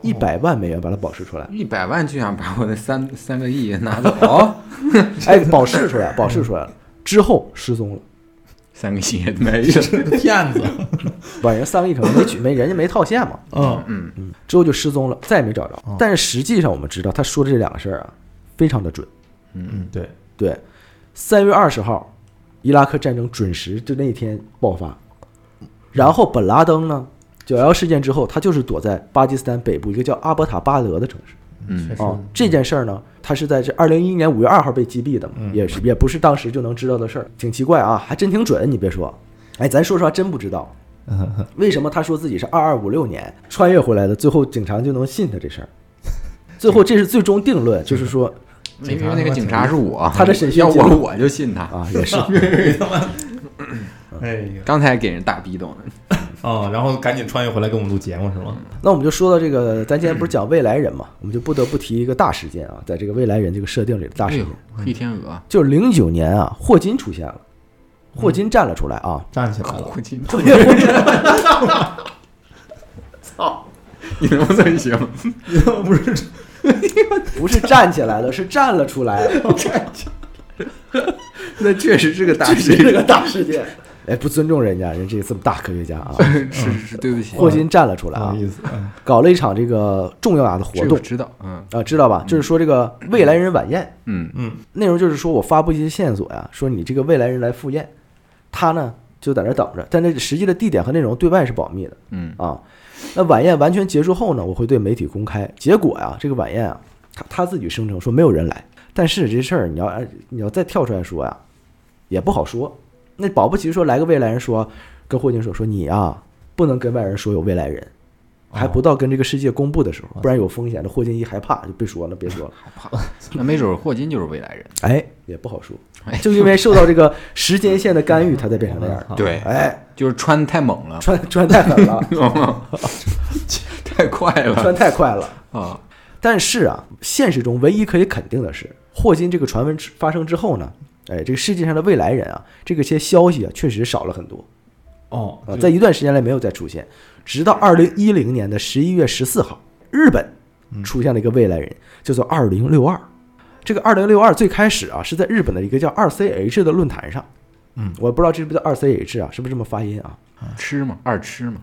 Speaker 1: 一百万美元把他保释出 来，
Speaker 2: 一百万就想把我的三三个亿拿走，
Speaker 1: 哎，保释出来，保释出来了，之后失踪了，
Speaker 2: 三个亿也没 了。
Speaker 3: 骗子，
Speaker 1: 晚上三个亿可能没取没人家没套现嘛，
Speaker 3: 嗯，
Speaker 2: 嗯，
Speaker 1: 嗯，之后就失踪了，再也没找着。但是实际上我们知道，他说的这两个事儿啊，非常的准，
Speaker 3: 嗯，对，
Speaker 1: 对，三月二十号，伊拉克战争准时就那一天爆发，然后本拉登呢，九幺幺事件之后，他就是躲在巴基斯坦北部一个叫阿伯塔巴德的城市。
Speaker 2: 嗯
Speaker 3: 确实
Speaker 1: 啊，这件事儿呢，他是在这二零一一年五月二号被击毙的嘛，也是也不是当时就能知道的事儿，挺奇怪啊，还真挺准，你别说，哎，咱说实话真不知道。
Speaker 3: 嗯
Speaker 1: 为什么他说自己是二二五六年穿越回来的？最后警察就能信他这事儿？最后这是最终定论，就是说
Speaker 2: 因为那个警察是我，
Speaker 1: 他的审讯
Speaker 2: 要
Speaker 1: 记录
Speaker 2: 我我就信他。
Speaker 1: 啊，也是
Speaker 3: 哎呀，
Speaker 2: 刚才给人大逼斗呢，
Speaker 3: 啊、然后赶紧穿越回来给我们录节目是吗？
Speaker 1: 那我们就说到这个，咱今天不是
Speaker 2: 嗯
Speaker 1: 讲未来人嘛，我们就不得不提一个大事件啊，在这个未来人这个设定里的大
Speaker 2: 哎
Speaker 1: 事
Speaker 2: 呦
Speaker 1: 件，，
Speaker 2: 黑天鹅，
Speaker 1: 就是零九年啊，霍金出现了，霍
Speaker 2: 嗯
Speaker 1: 金站了出来啊，
Speaker 3: 站起来了，
Speaker 2: 霍金，操！你能不 能行？
Speaker 3: 不是
Speaker 1: 不是站起来了，是站了出来，
Speaker 2: 那确实是个大
Speaker 1: 这
Speaker 2: 事
Speaker 1: 是，这个大事件。哎，不尊重人家，人这这么大科学家啊，
Speaker 2: 是是是，对不起，
Speaker 1: 霍金站了出
Speaker 3: 不
Speaker 1: 来
Speaker 3: 好
Speaker 1: 啊，
Speaker 3: 意思，嗯
Speaker 1: 搞了一场这个重要的活
Speaker 2: 哎这
Speaker 1: 动
Speaker 2: 我知道，嗯
Speaker 1: 啊，知道吧？就是说这个未来人晚宴，
Speaker 2: 嗯
Speaker 3: 嗯，
Speaker 1: 内容就是说我发布一些线索呀，说你这个未来人来赴宴，他呢就在那儿等着，但这实际的地点和内容对外是保密的
Speaker 2: 嗯
Speaker 1: 啊。那晚宴完全结束后呢，我会对媒体公开。结果呀，这个晚宴啊，他他自己声称说没有人来，但是这事儿你要按你要再跳出来说呀，也不好说。那保不齐说来个未来人说，跟霍金说说你啊不能跟外人说有未来人，还不到跟这个世界公布的时候，不然有风险。这霍金一害怕就别说了，别说了。
Speaker 2: 好怕。那没准儿霍金就是未来人，
Speaker 1: 哎，也不好说
Speaker 2: 哎，
Speaker 1: 就因为受到这个时间线的干预，它才变成那样儿。
Speaker 2: 对
Speaker 1: 哎，
Speaker 2: 就是穿太 猛了，
Speaker 1: 穿穿太狠 了，
Speaker 2: 太快了
Speaker 1: 穿太快了。
Speaker 2: 啊！
Speaker 1: 但是啊，现实中唯一可以肯定的是，霍金这个传闻之发生之后呢，哎，这个世界上的未来人啊，这个些消息啊，确实少了很多
Speaker 3: 哦，
Speaker 1: 啊，
Speaker 3: 就
Speaker 1: 在一段时间内没有再出现，直到二零一零年的十一月十四号，日本
Speaker 2: 嗯
Speaker 1: 出现了一个未来人，叫做二零六二。这个二零六二最开始啊，是在日本的一个叫二 CH 的论坛上。
Speaker 3: 嗯，
Speaker 1: 我不知道这是不是叫二 CH 啊，是不是这么发音啊？
Speaker 2: 吃嘛，二吃嘛，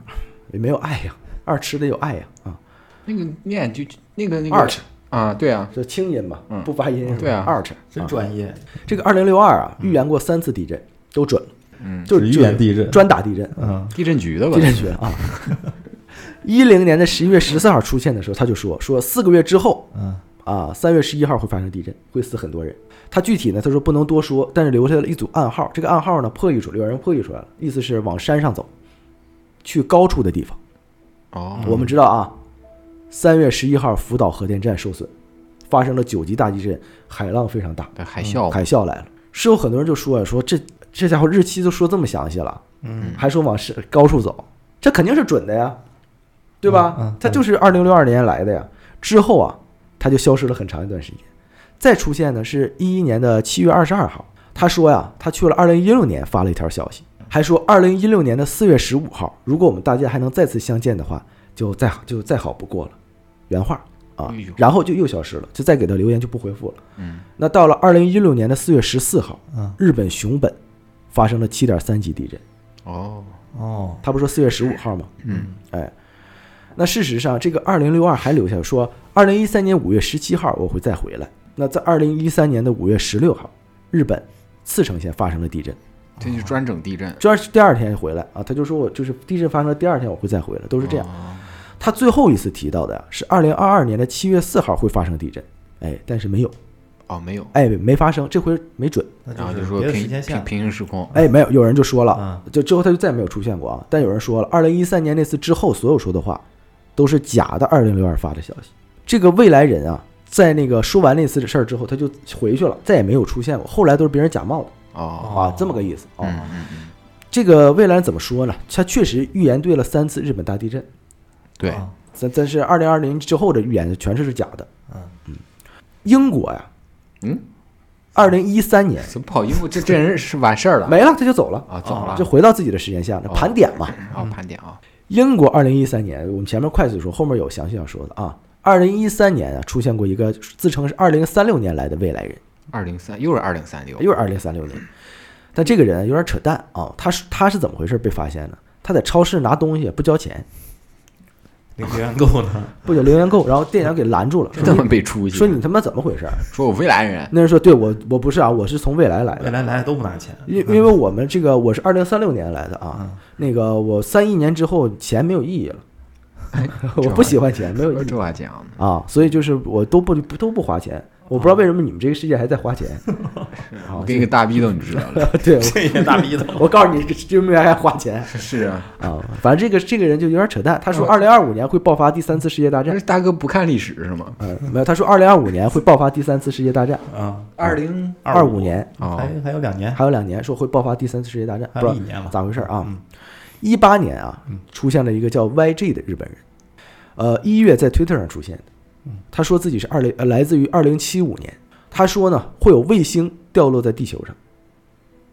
Speaker 1: 也没有爱呀，二吃的有爱呀啊，
Speaker 2: 那个念就那个那个
Speaker 1: 二吃
Speaker 2: 啊，对啊，
Speaker 1: 就轻音嘛
Speaker 2: 嗯，
Speaker 1: 不发音是吧？
Speaker 2: 对啊
Speaker 1: 二吃。
Speaker 3: 真专业，
Speaker 1: 这个二零六二啊，预言过三次地震，都准了，
Speaker 2: 嗯，
Speaker 1: 就是
Speaker 3: 只预言地震
Speaker 1: 专打地震，
Speaker 3: 嗯，
Speaker 2: 地震局的吧
Speaker 1: 地？震学 啊。一零年的十一月十四号出现的时候，他就说说四个月之后
Speaker 3: 嗯，
Speaker 1: 啊，三月十一号会发生地震，会死很多人。他具体呢，他说不能多说，但是留下了一组暗号。这个暗号呢，破译出来，有人破译出来了，意思是往山上走，去高处的地方。
Speaker 3: 嗯
Speaker 2: 哦，
Speaker 1: 我们知道啊，三月十一号福岛核电站受损，发生了九级大地震，海浪非常大，
Speaker 2: 对海啸嘛，
Speaker 1: 海啸来了。事后很多人就说呀，说这这家伙日期都说这么详细了，
Speaker 3: 嗯，
Speaker 1: 还说往是高处走，这肯定是准的呀，对吧？
Speaker 3: 嗯嗯
Speaker 1: 他就是二零六二年来的呀。之后啊，他就消失了很长一段时间。再出现呢，是一一年的七月二十二号，他说呀，他去了二零一六年发了一条消息，还说二零一六年的四月十五号，如果我们大家还能再次相见的话，就再好就再好不过了，原话啊
Speaker 2: 哎呦。
Speaker 1: 然后就又消失了，就再给他留言就不回复了。
Speaker 2: 嗯，
Speaker 1: 那到了二零一六年的四月十四号，
Speaker 3: 嗯，
Speaker 1: 日本熊本发生了七点三级地震。
Speaker 2: 哦，
Speaker 3: 哦，
Speaker 1: 他不说四月十五号吗？
Speaker 2: 嗯，
Speaker 1: 哎，那事实上，这个二零六二还留下说，二零一三年五月十七号我会再回来。那在二零一三年的五月十六号，日本茨城县发生了地震，
Speaker 2: 这就专整地震，
Speaker 1: 第二第二天回来啊，他就说我就是地震发生了第二天我会再回来，都是这样。
Speaker 2: 哦
Speaker 1: 他最后一次提到的呀是二零二二年的七月四号会发生地震，哎，但是没有，
Speaker 2: 哦，没有，
Speaker 1: 哎，没发生，这回没准。
Speaker 3: 那
Speaker 2: 然后
Speaker 3: 就是
Speaker 2: 说
Speaker 3: 别的
Speaker 2: 平
Speaker 3: 时间
Speaker 2: 平
Speaker 3: 线，
Speaker 2: 平行时空，
Speaker 1: 哎，没有，有人就说了
Speaker 3: 啊，
Speaker 1: 就之后他就再也没有出现过啊。但有人说了，二零一三年那次之后，所有说的话都是假的。二零六二发的消息，这个未来人啊，在那个说完那次的事儿之后，他就回去了，再也没有出现过。后来都是别人假冒的
Speaker 2: 哦，
Speaker 1: 啊，这么个意思啊。
Speaker 2: 嗯嗯嗯，
Speaker 1: 这个未来人怎么说呢？他确实预言对了三次日本大地震，
Speaker 2: 对，
Speaker 3: 啊
Speaker 1: 但但是二零二零之后的预言全是是假的。
Speaker 3: 嗯
Speaker 1: 英国呀，
Speaker 2: 嗯，
Speaker 1: 二零一三年
Speaker 2: 怎么跑英国？这这人是完事儿了
Speaker 1: 没了，他就走了，
Speaker 2: 啊，走了
Speaker 1: 就回到自己的时间线了，盘点嘛。
Speaker 2: 啊，盘点啊，
Speaker 1: 英国二零一三年，我们前面快速说，后面有详细要说的啊。二零一三年啊，出现过一个自称是二零三六年来的未来人，
Speaker 2: 二零三又是二零三六，
Speaker 1: 又是二零三六年，但这个人有点扯淡啊，他是他是怎么回事被发现的？他在超市拿东西不交钱，
Speaker 3: 那个元购呢？
Speaker 1: 不交零元购，然后店员给拦住了，
Speaker 2: 这
Speaker 1: 说
Speaker 2: 么
Speaker 1: 你
Speaker 2: 被出息，
Speaker 1: 说你他妈怎么回事？
Speaker 2: 说我未来人，
Speaker 1: 那人说对我我不是啊，我是从未来来
Speaker 3: 未
Speaker 2: 嗯
Speaker 1: 的，
Speaker 3: 来来都不拿钱，
Speaker 1: 因因为我们这个我是二零三六年来的
Speaker 2: 嗯
Speaker 1: 啊，那个我三一年之后钱没有意义了， 我不喜欢钱，没有意义。
Speaker 2: 哎这话讲的，
Speaker 1: 啊，所以就是我都不不都不花钱，我不知道为什么你们这个世界还在花 钱。啊哦
Speaker 2: 我给你个大逼斗，你知道了，
Speaker 1: 对，
Speaker 3: 这也大逼的，
Speaker 1: 我我告诉你，这明还花钱
Speaker 2: 是啊，
Speaker 1: 啊！反正这个这个人就有点扯淡。他
Speaker 2: 嗯
Speaker 1: 说，二零二五年会爆发第三次世界大
Speaker 2: 但
Speaker 1: 战。
Speaker 2: 是大哥不看历史是吗？
Speaker 1: 呃，没有，他说二零二五年会爆发第三次世界大战，
Speaker 3: 啊，
Speaker 2: 二零
Speaker 1: 二哎
Speaker 3: 25
Speaker 1: 五年
Speaker 2: 哦
Speaker 3: 还还有两年，
Speaker 1: 还有两年，说会爆发第三次世界大战，不知道
Speaker 3: 还有一年吧
Speaker 1: 咋回事啊？一八年啊，出现了一个叫 YG 的日本人，呃，一月在推特上出现的，他说自己是二零呃来自于二零七五年，他说呢会有卫星掉落在地球上，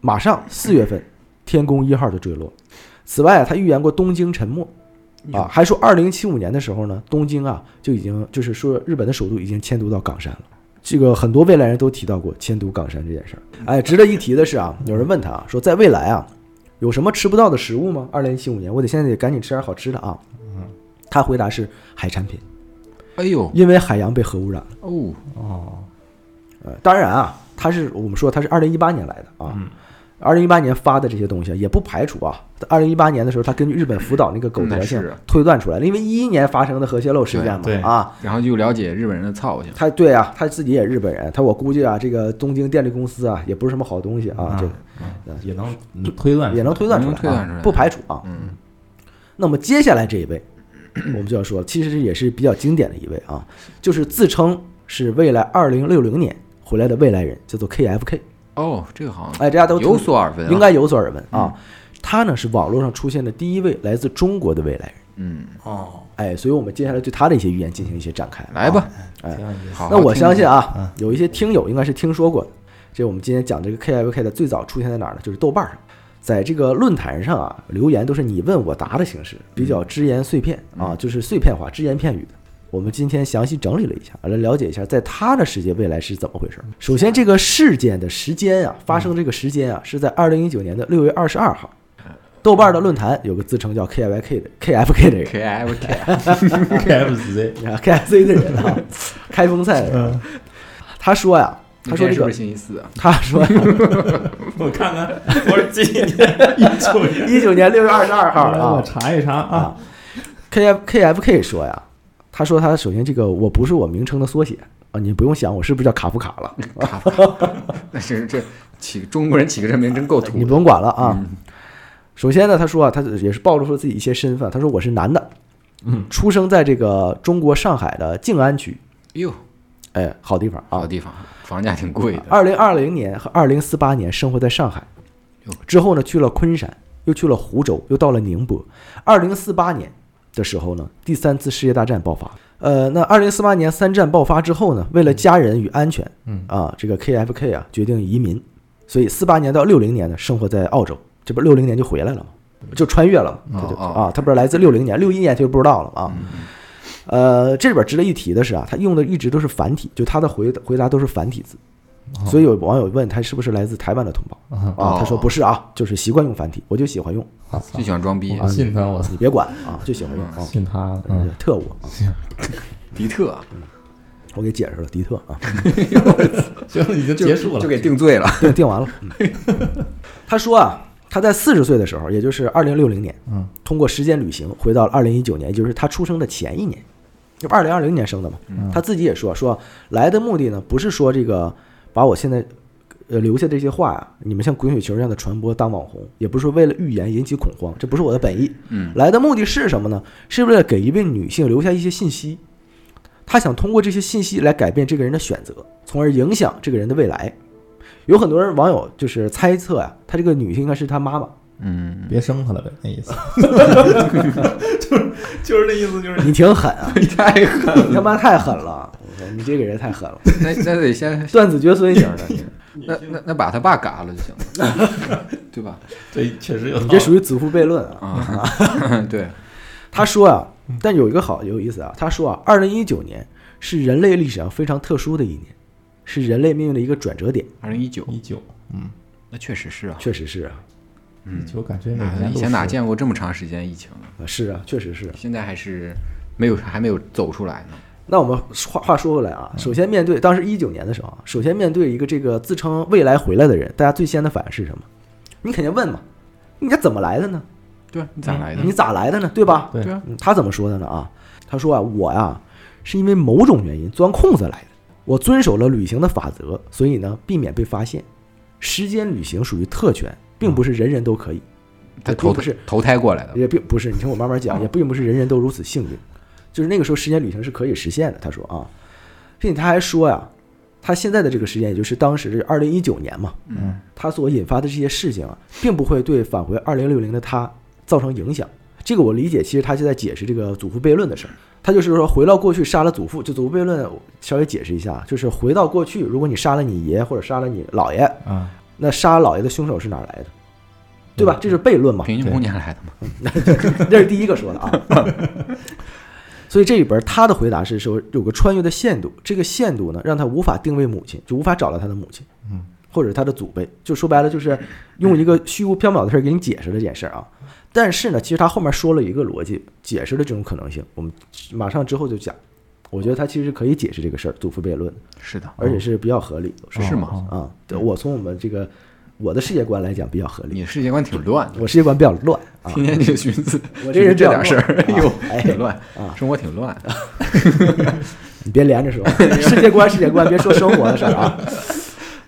Speaker 1: 马上四月份天宫一号就坠落。此外啊，他预言过东京沉没，啊，还说二零七五年的时候呢，东京啊就已经就是说日本的首都已经迁都到冈山了。这个很多未来人都提到过迁都冈山这件事儿。哎，值得一提的是啊，有人问他啊，说在未来啊有什么吃不到的食物吗？二零七五年我得现在得赶紧吃点好吃的啊。他回答是海产品，
Speaker 2: 哎呦
Speaker 1: 因为海洋被核污染了。
Speaker 2: 哦，
Speaker 3: 哦，
Speaker 1: 呃，当然啊，他是我们说他是二零一八年来的啊，
Speaker 2: 嗯
Speaker 1: 二零一八年发的这些东西啊也不排除啊，二零一八年的时候他根据日本福岛那个狗德性
Speaker 2: 那是
Speaker 1: 推断出来了，因为一一年发生的核泄漏事件嘛
Speaker 3: 对对
Speaker 1: 啊。
Speaker 2: 然后就了解日本人的操性，
Speaker 1: 他对啊，他自己也日本人，他我估计啊，这个东京电力公司啊，也不是什么好东西啊，
Speaker 3: 啊
Speaker 1: 这
Speaker 3: 嗯也能推断出来，
Speaker 1: 也能推断出来、啊，
Speaker 2: 嗯能推断出来
Speaker 1: 不排除啊。
Speaker 2: 嗯，
Speaker 1: 那么接下来这一位，我们就要说了，其实也是比较经典的一位啊，就是自称是未来二零六零年回来的未来人，叫做 KFK。
Speaker 2: 哦，这个好像
Speaker 1: 哎，大家都
Speaker 2: 有
Speaker 1: 听
Speaker 2: 所耳闻啊，
Speaker 1: 应该有所耳闻啊。他呢是网络上出现的第一位来自中国的未来人，
Speaker 2: 嗯，
Speaker 3: 哦，
Speaker 1: 哎，所以我们接下来对他的一些预言进行一些展开。
Speaker 2: 来吧，
Speaker 1: 哎
Speaker 3: 挺有意思
Speaker 2: 好，
Speaker 1: 那我相信
Speaker 3: 听
Speaker 1: 啊，有一些听友应该是听说过的。这我们今天讲这个 KFK 的最早出现在哪儿呢？就是豆瓣上，在这个论坛上啊，留言都是你问我答的形式，比较只言碎片啊，就是碎片化、只言片语的。我们今天详细整理了一下，来了解一下在他的世界未来是怎么回事。首先，这个事件的时间啊，发生这个时间啊，是在二零一九年的六月二十二号。豆瓣的论坛有个自称叫 KFK 的 KFK 的人，
Speaker 2: K F K，
Speaker 3: KFC
Speaker 1: 啊 KFC 的人啊， 开封菜的
Speaker 3: 嗯
Speaker 1: 人，他说呀，他说这
Speaker 2: 是不
Speaker 1: 个
Speaker 2: 是，星期四 啊？
Speaker 1: 他说
Speaker 3: 我看看， 我是今年一九年，
Speaker 1: 一九年六月二十二号
Speaker 3: 来 我
Speaker 1: 啊
Speaker 3: 查一查啊
Speaker 1: 啊，，KF KFK 说呀，他说他首先这个我不是我名称的缩写啊，你不用想我是不是叫卡夫卡了，
Speaker 2: 那是这起中国人起个这名真够土
Speaker 1: 你
Speaker 2: 的，
Speaker 1: 不用管了啊。首先呢，他说啊，他也是暴露出自己一些身份，他说我是男的，
Speaker 3: 嗯，
Speaker 1: 出生在这个中国上海的静安区，
Speaker 2: 哟，
Speaker 1: 哎，好地方啊
Speaker 2: 好，地方，房价挺贵的，
Speaker 1: 二零二零年和二零四八年生活在上海
Speaker 2: 哟，
Speaker 1: 之后呢去了昆山，又去了湖州，又到了宁波。二零四八年的时候呢，第三次世界大战爆发。呃，那二零四八年三战爆发之后呢，为了家人与安全，
Speaker 3: 嗯
Speaker 1: 啊，这个 KFK 啊决定移民，所以四八年到六零年呢生活在澳洲，这不六零年就回来了吗？就穿越了嘛，
Speaker 2: 哦嗯
Speaker 1: 他就
Speaker 2: 哦
Speaker 1: 啊，他不是来自六零年，六一年他就不知道了嘛啊。呃，这里边值得一提的是啊，他用的一直都是繁体，就他的回回答都是繁体字，所以有网友问他是不是来自台湾的同胞
Speaker 3: 啊，
Speaker 1: 啊？他说
Speaker 2: 哦
Speaker 1: 不是啊，就是习惯用繁体，我就喜欢用，
Speaker 2: 就喜欢装逼
Speaker 3: 我，啊
Speaker 1: 啊
Speaker 3: 信他，
Speaker 2: 哦
Speaker 3: 我
Speaker 1: 你别管啊，就喜欢用啊，
Speaker 3: 信他，嗯，
Speaker 1: 特务啊，
Speaker 2: 迪特啊
Speaker 1: 我给解释了，迪特啊，
Speaker 3: 行，已经结束了，
Speaker 2: 就给定 罪了，
Speaker 1: 定定完了。嗯他说啊，他在四十岁的时候，也就是二零六零年，
Speaker 3: 嗯，
Speaker 1: 通过时间旅行回到了二零一九年，也就是他出生的前一年，这不二零二零年生的嘛。他自己也说，说来的目的呢，不是说这个把我现在。呃，留下这些话呀、你们像滚雪球一样的传播当网红，也不是为了预言引起恐慌，这不是我的本意。
Speaker 2: 嗯，
Speaker 1: 来的目的是什么呢？是为了给一位女性留下一些信息，他想通过这些信息来改变这个人的选择，从而影响这个人的未来。有很多人网友就是猜测呀、啊他这个女性应该是他 妈妈。
Speaker 2: 嗯，，
Speaker 3: 别生他了呗，那意 思，就是就是那意思，就是
Speaker 1: 你挺狠啊
Speaker 2: 你哎太狠了，
Speaker 1: 你他妈太狠了！我说 你这个人太狠了，
Speaker 2: 那那得先
Speaker 1: 断子绝孙 型的，
Speaker 2: 那那那把他爸嘎了就行了，对吧？
Speaker 3: 这确实有道理，
Speaker 1: 你这属于子父悖论啊。
Speaker 2: 啊，对，
Speaker 1: 他说啊，但有一个好有意思啊，他说啊，二零一九年是人类历史上非常特殊的一年，是人类命运的一个转折点。
Speaker 2: 二零一九，
Speaker 3: 一九，嗯，
Speaker 2: 那确实是啊，
Speaker 1: 确实是啊，
Speaker 2: 嗯
Speaker 3: 一九感觉每
Speaker 2: 哪
Speaker 3: 年
Speaker 2: 以
Speaker 3: 都
Speaker 2: 前哪
Speaker 3: 是
Speaker 2: 见过这么长时间疫情啊？
Speaker 1: 啊是啊，确实是啊、
Speaker 2: 现在还是没有还没有走出来呢。
Speaker 1: 那我们话话说回来啊，首先面对当时一九年的时候啊，首先面对一个这个自称未来回来的人，大家最先的反应是什么？你肯定问嘛，你这怎么来的呢？
Speaker 2: 对啊，你咋来的？
Speaker 1: 你咋来的呢？对吧？
Speaker 3: 对
Speaker 2: 对啊，
Speaker 1: 嗯他怎么说的呢？啊，他说啊，我呀、是因为某种原因钻空子来的，我遵守了旅行的法则，所以呢避免被发现。时间旅行属于特权，并不是人人都可以，
Speaker 2: 他
Speaker 1: 也
Speaker 2: 投
Speaker 1: 并不是嗯
Speaker 2: 投胎过来的，
Speaker 1: 也并不是，你听我慢慢讲，也并不是人人都如此幸运。就是那个时候，时间旅行是可以实现的。他说啊，并且他还说呀、他现在的这个时间，也就是当时这二零一九年嘛，
Speaker 3: 嗯，
Speaker 1: 他所引发的这些事情啊，并不会对返回二零六零的他造成影响。这个我理解，其实他是在解释这个祖父悖论的事儿。他就是说回到过去杀了祖父，就祖父悖论，我稍微解释一下，啊就是回到过去，如果你杀了你爷或者杀了你姥爷，
Speaker 3: 啊，
Speaker 1: 那杀姥爷的凶手是哪儿来的？对吧？这是悖论嘛？
Speaker 2: 平行空间来的嘛？
Speaker 1: 那是第一个说的啊。 所以这里边他的回答是说有个穿越的限度，这个限度呢让他无法定位母亲，就无法找到他的母亲，
Speaker 3: 嗯，
Speaker 1: 或者他的祖辈。就说白了就是用一个虚无缥缈的事儿给你解释了这件事儿啊。但是呢，其实他后面说了一个逻辑，解释了这种可能性。我们马上之后就讲，我觉得他其实可以解释这个事儿，祖父悖论，
Speaker 2: 是的，
Speaker 1: 而且是比较合理的。
Speaker 2: 是是吗
Speaker 3: 哦？哦
Speaker 1: 啊，对我从我们这个我的世界观来讲比较合理，
Speaker 2: 你的世界观挺乱的，
Speaker 1: 我世界观比较乱啊。
Speaker 2: 天天就寻思，
Speaker 1: 我这人
Speaker 2: 这
Speaker 1: 比较
Speaker 2: 点事儿，
Speaker 1: 乱
Speaker 2: 哎呦
Speaker 1: 啊，哎
Speaker 2: 挺乱
Speaker 1: 啊，
Speaker 2: 生活挺乱的。
Speaker 1: 你别连着说，世界观世界观，别说生活的事儿啊。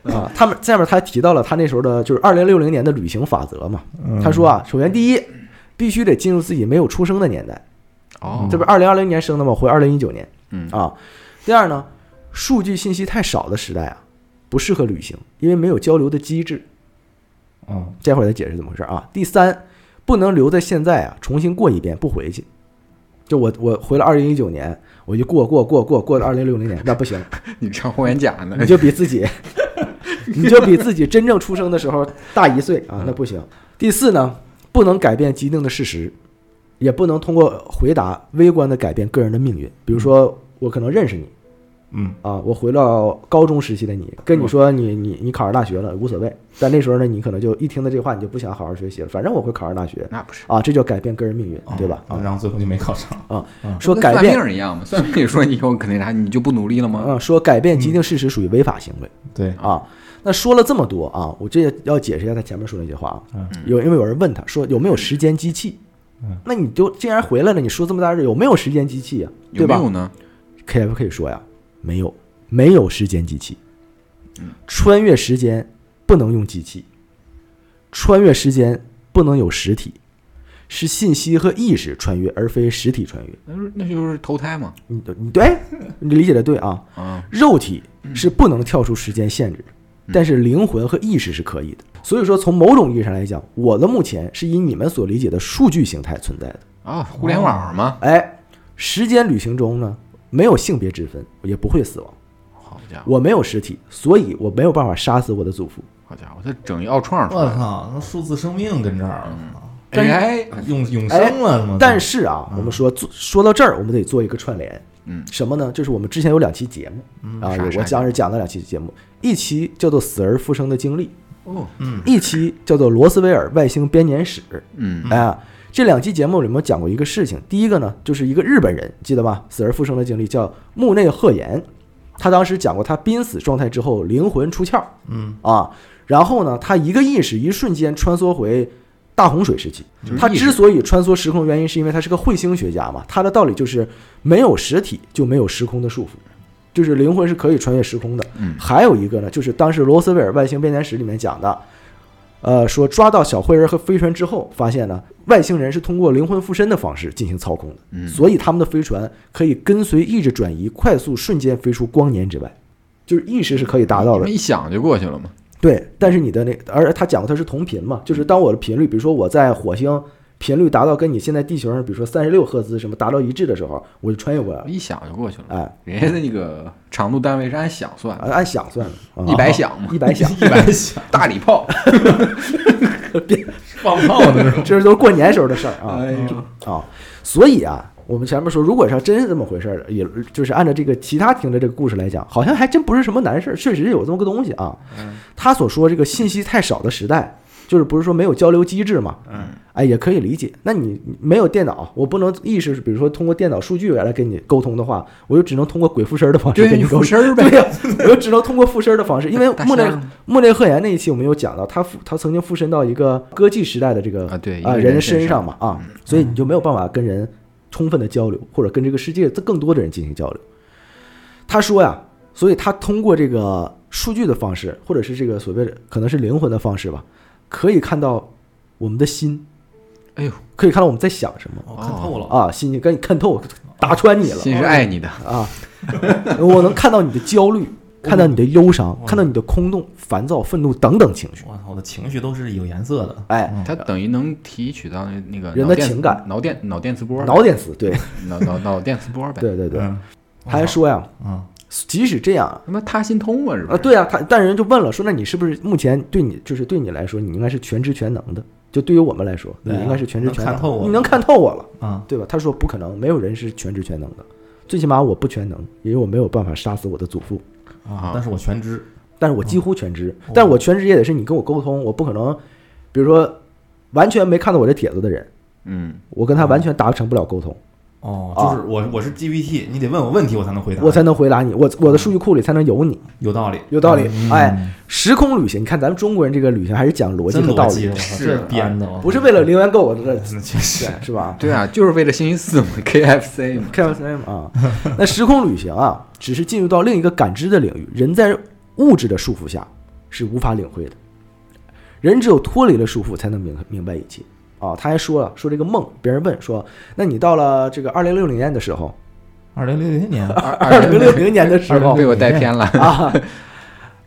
Speaker 1: 啊，他们下面他提到了他那时候的，就是二零六零年的旅行法则嘛。他说啊，首先第一，必须得进入自己没有出生的年代，
Speaker 2: 哦，
Speaker 1: 嗯这不是二零二零年生的吗？回二零一九年
Speaker 2: 嗯
Speaker 1: 啊。第二呢，数据信息太少的时代啊，不适合旅行，因为没有交流的机制。
Speaker 3: 嗯
Speaker 1: 待会儿再解释怎么回事啊。第三，不能留在现在啊，重新过一遍不回去。就我我回了二零一九年，我就过过过过过到二零六零年，那不行，
Speaker 2: 你唱霍元甲 呢
Speaker 1: 你？就比自己，你就比自己真正出生的时候大一岁啊，那不行。第四呢，不能改变既定的事实，也不能通过回答微观的改变个人的命运。比如说，我可能认识你
Speaker 3: 嗯
Speaker 1: 啊，我回到高中时期的你，跟你说你你你考上大学了无所谓，但那时候呢，你可能就一听到这话，你就不想好好学习了。反正我会考上大学
Speaker 2: 那不是，
Speaker 1: 啊，这叫改变个人命运，对吧？
Speaker 3: 啊然后最后就没考上，
Speaker 1: 啊
Speaker 3: 嗯，
Speaker 1: 说
Speaker 2: 跟
Speaker 1: 改
Speaker 2: 哦算
Speaker 1: 变
Speaker 2: 命，儿一样嘛？算命说你以后肯定啥，你就不努力了吗？
Speaker 1: 嗯，说改变既定事实属于违法行为。
Speaker 3: 对，
Speaker 1: 啊。那说了这么多啊，我这要解释一下他前面说那句话啊。
Speaker 3: 嗯
Speaker 1: 有因为有人问他说有没有时间机器？
Speaker 3: 嗯
Speaker 1: 那你就既然回来了，你说这么大事有没有时间机器啊？对
Speaker 2: 有没
Speaker 1: 吧？
Speaker 2: 有呢？
Speaker 1: 可以不可以说呀？没有，没有时间机器。穿越时间不能用机器，穿越时间不能有实体，是信息和意识穿越，而非实体穿越。
Speaker 2: 那就是那就是投胎嘛？
Speaker 1: 你你对，你理解的对啊。
Speaker 2: 啊，
Speaker 1: 肉体是不能跳出时间限制，
Speaker 2: 嗯
Speaker 1: 但是灵魂和意识是可以的。所以说，从某种意义上来讲，我的目前是以你们所理解的数据形态存在的。
Speaker 2: 啊，互联网嘛，
Speaker 1: 哎，时间旅行中呢，没有性别之分，也不会死亡。
Speaker 2: 好家伙，
Speaker 1: 我没有实体，所以我没有办法杀死我的祖父。
Speaker 2: 好家伙，他整一奥创出
Speaker 3: 我
Speaker 2: 来
Speaker 3: 靠，那数字生命跟这儿
Speaker 1: 但是
Speaker 2: ，AI
Speaker 3: 永永生了
Speaker 2: 嗯
Speaker 3: 吗？
Speaker 1: 哎但是啊，我们说做说到这儿，我们得做一个串联。
Speaker 2: 嗯，
Speaker 1: 什么呢？就是我们之前有两期节目、啊，
Speaker 2: 啥
Speaker 1: 有
Speaker 2: 啥
Speaker 1: 我当时讲了两期节目，一期叫做《死而复生的经历》，
Speaker 2: 哦，
Speaker 1: 一期叫做《罗斯威尔外星编年史》。
Speaker 2: 嗯，
Speaker 1: 哎呀，这两期节目里面讲过一个事情。第一个呢，就是一个日本人，记得吧？死而复生的经历叫木内鹤彦，他当时讲过他濒死状态之后灵魂出窍，
Speaker 3: 嗯
Speaker 1: 啊，然后呢，他一个意识一瞬间穿梭回。大洪水时期
Speaker 2: 就是，
Speaker 1: 他
Speaker 2: 意识
Speaker 1: 之所以穿梭时空，原因是因为他是个彗星学家嘛。他的道理就是没有实体就没有时空的束缚，就是灵魂是可以穿越时空的。
Speaker 2: 嗯
Speaker 1: 还有一个呢，就是当时罗斯威尔外星编年史里面讲的，呃，说抓到小灰人和飞船之后，发现呢，外星人是通过灵魂附身的方式进行操控的，
Speaker 2: 嗯
Speaker 1: 所以他们的飞船可以跟随意志转移，快速瞬间飞出光年之外，就是意识是可以达到
Speaker 2: 这
Speaker 1: 的
Speaker 2: 么。一想就过去了嘛。
Speaker 1: 对，但是你的那，而他讲过它是同频嘛，就是当我的频率，比如说我在火星。频率达到跟你现在地球上，比如说三十六赫兹什么达到一致的时候，我就穿越过来了。
Speaker 2: 一想就过去了。
Speaker 1: 啊哎，
Speaker 2: 人家的那个长度单位是按响算的，
Speaker 1: 按按响算的，啊
Speaker 2: 一百响嘛，
Speaker 1: 一百响，
Speaker 2: 一百响，大礼 炮，
Speaker 3: 放炮呢是吧？
Speaker 1: 这都是过年时候的事儿啊。
Speaker 2: 哎呦，
Speaker 1: 啊，所以啊，我们前面说，如果是真是这么回事儿，也就是按照这个其他听着这个故事来讲，好像还真不是什么难事儿，确实有这么个东西啊。
Speaker 2: 嗯
Speaker 1: 他所说这个信息太少的时代，就是不是说没有交流机制嘛？嗯，哎，也可以理解。那你没有电脑，我不能意识，比如说通过电脑数据来跟你沟通的话，我就只能通过鬼附身的方式
Speaker 2: 对
Speaker 1: 跟你
Speaker 2: 你
Speaker 1: 沟通。
Speaker 2: 附身儿呗
Speaker 1: 对呀、我就只能通过附身的方式，因为
Speaker 2: 大
Speaker 1: 莫内
Speaker 2: 象
Speaker 1: 莫内赫言那一期我们有讲到，他附他曾经附身到一个歌妓时代的这个
Speaker 2: 啊对一
Speaker 1: 啊
Speaker 2: 个
Speaker 1: 人
Speaker 2: 人身
Speaker 1: 身上嘛啊，所以你就没有办法跟人充分的交流，或者跟这个世界更多的人进行交流。他说呀，所以他通过这个数据的方式，或者是这个所谓的可能是灵魂的方式吧，可以看到我们的心，
Speaker 2: 哎呦，
Speaker 1: 可以看到我们在想什么
Speaker 3: 我看透了，
Speaker 1: 啊，心就跟你看透，打穿你了
Speaker 2: 心是爱你的，
Speaker 1: 啊，我能看到你的焦虑，看到你的忧伤，
Speaker 3: 嗯
Speaker 1: 看到你的空洞、烦躁、愤怒等等情绪。
Speaker 3: 我操，我的情绪都是有颜色的。嗯
Speaker 1: 哎，
Speaker 2: 它等于能提取到那那个
Speaker 1: 人
Speaker 2: 脑
Speaker 1: 的
Speaker 2: 电
Speaker 1: 情感
Speaker 2: 脑电脑电磁波，
Speaker 1: 脑电磁，对
Speaker 2: 脑脑脑电磁波呗。
Speaker 1: 对对对。
Speaker 3: 嗯，
Speaker 1: 他还说呀，
Speaker 3: 嗯，
Speaker 1: 即使这样啊，
Speaker 2: 他妈他心通嘛，是不
Speaker 1: 啊，
Speaker 2: 是？
Speaker 1: 对啊，他但人就问了，说那你是不是目前对你就是对你来说，你应该是全知全能的？就对于我们来说，你
Speaker 3: 对啊
Speaker 1: 应该是全知全
Speaker 3: 能看透
Speaker 1: 能，
Speaker 3: 我
Speaker 1: 你能看透我了，
Speaker 3: 啊，
Speaker 1: 对吧？他说不可能，没有人是全知全能的，最起码我不全能，因为我没有办法杀死我的祖父，
Speaker 3: 啊，但是我全知，
Speaker 1: 但是我几乎全知，
Speaker 3: 哦
Speaker 1: 但我全知也得是你跟我沟通，我不可能，比如说完全没看到我这帖子的人，
Speaker 2: 嗯，
Speaker 1: 我跟他完全达成不了沟通，
Speaker 3: 哦，
Speaker 1: 啊
Speaker 3: 就是我我是 GPT，你得问我问题，我才能回答，
Speaker 1: 我才能回答你，我我的数据库里才能有你，
Speaker 3: 有道理，
Speaker 1: 有道理
Speaker 3: 嗯，
Speaker 1: 哎，时空旅行，你看咱们中国人这个旅行还是讲逻辑
Speaker 3: 真
Speaker 1: 和道
Speaker 3: 逻
Speaker 1: 理
Speaker 3: 辑，啊我，操
Speaker 2: 是
Speaker 3: 这编的，我
Speaker 1: 不是为了零元购，我这
Speaker 3: 操确实，
Speaker 1: 是吧？
Speaker 2: 对啊，就是为了星期 四嘛，KFC 嘛。
Speaker 1: 开玩笑嘛啊！那时空旅行啊，只是进入到另一个感知的领域，人在物质的束缚下是无法领会的。人只有脱离了束缚，才能明明白一切啊！他还说了，说这个梦，别人问说，那你到了这个二零六零年的时 候，
Speaker 3: 二零六 零年，
Speaker 2: 二
Speaker 1: 二
Speaker 2: 二
Speaker 1: 零六零年的时候
Speaker 2: 被我带偏了。
Speaker 1: 啊，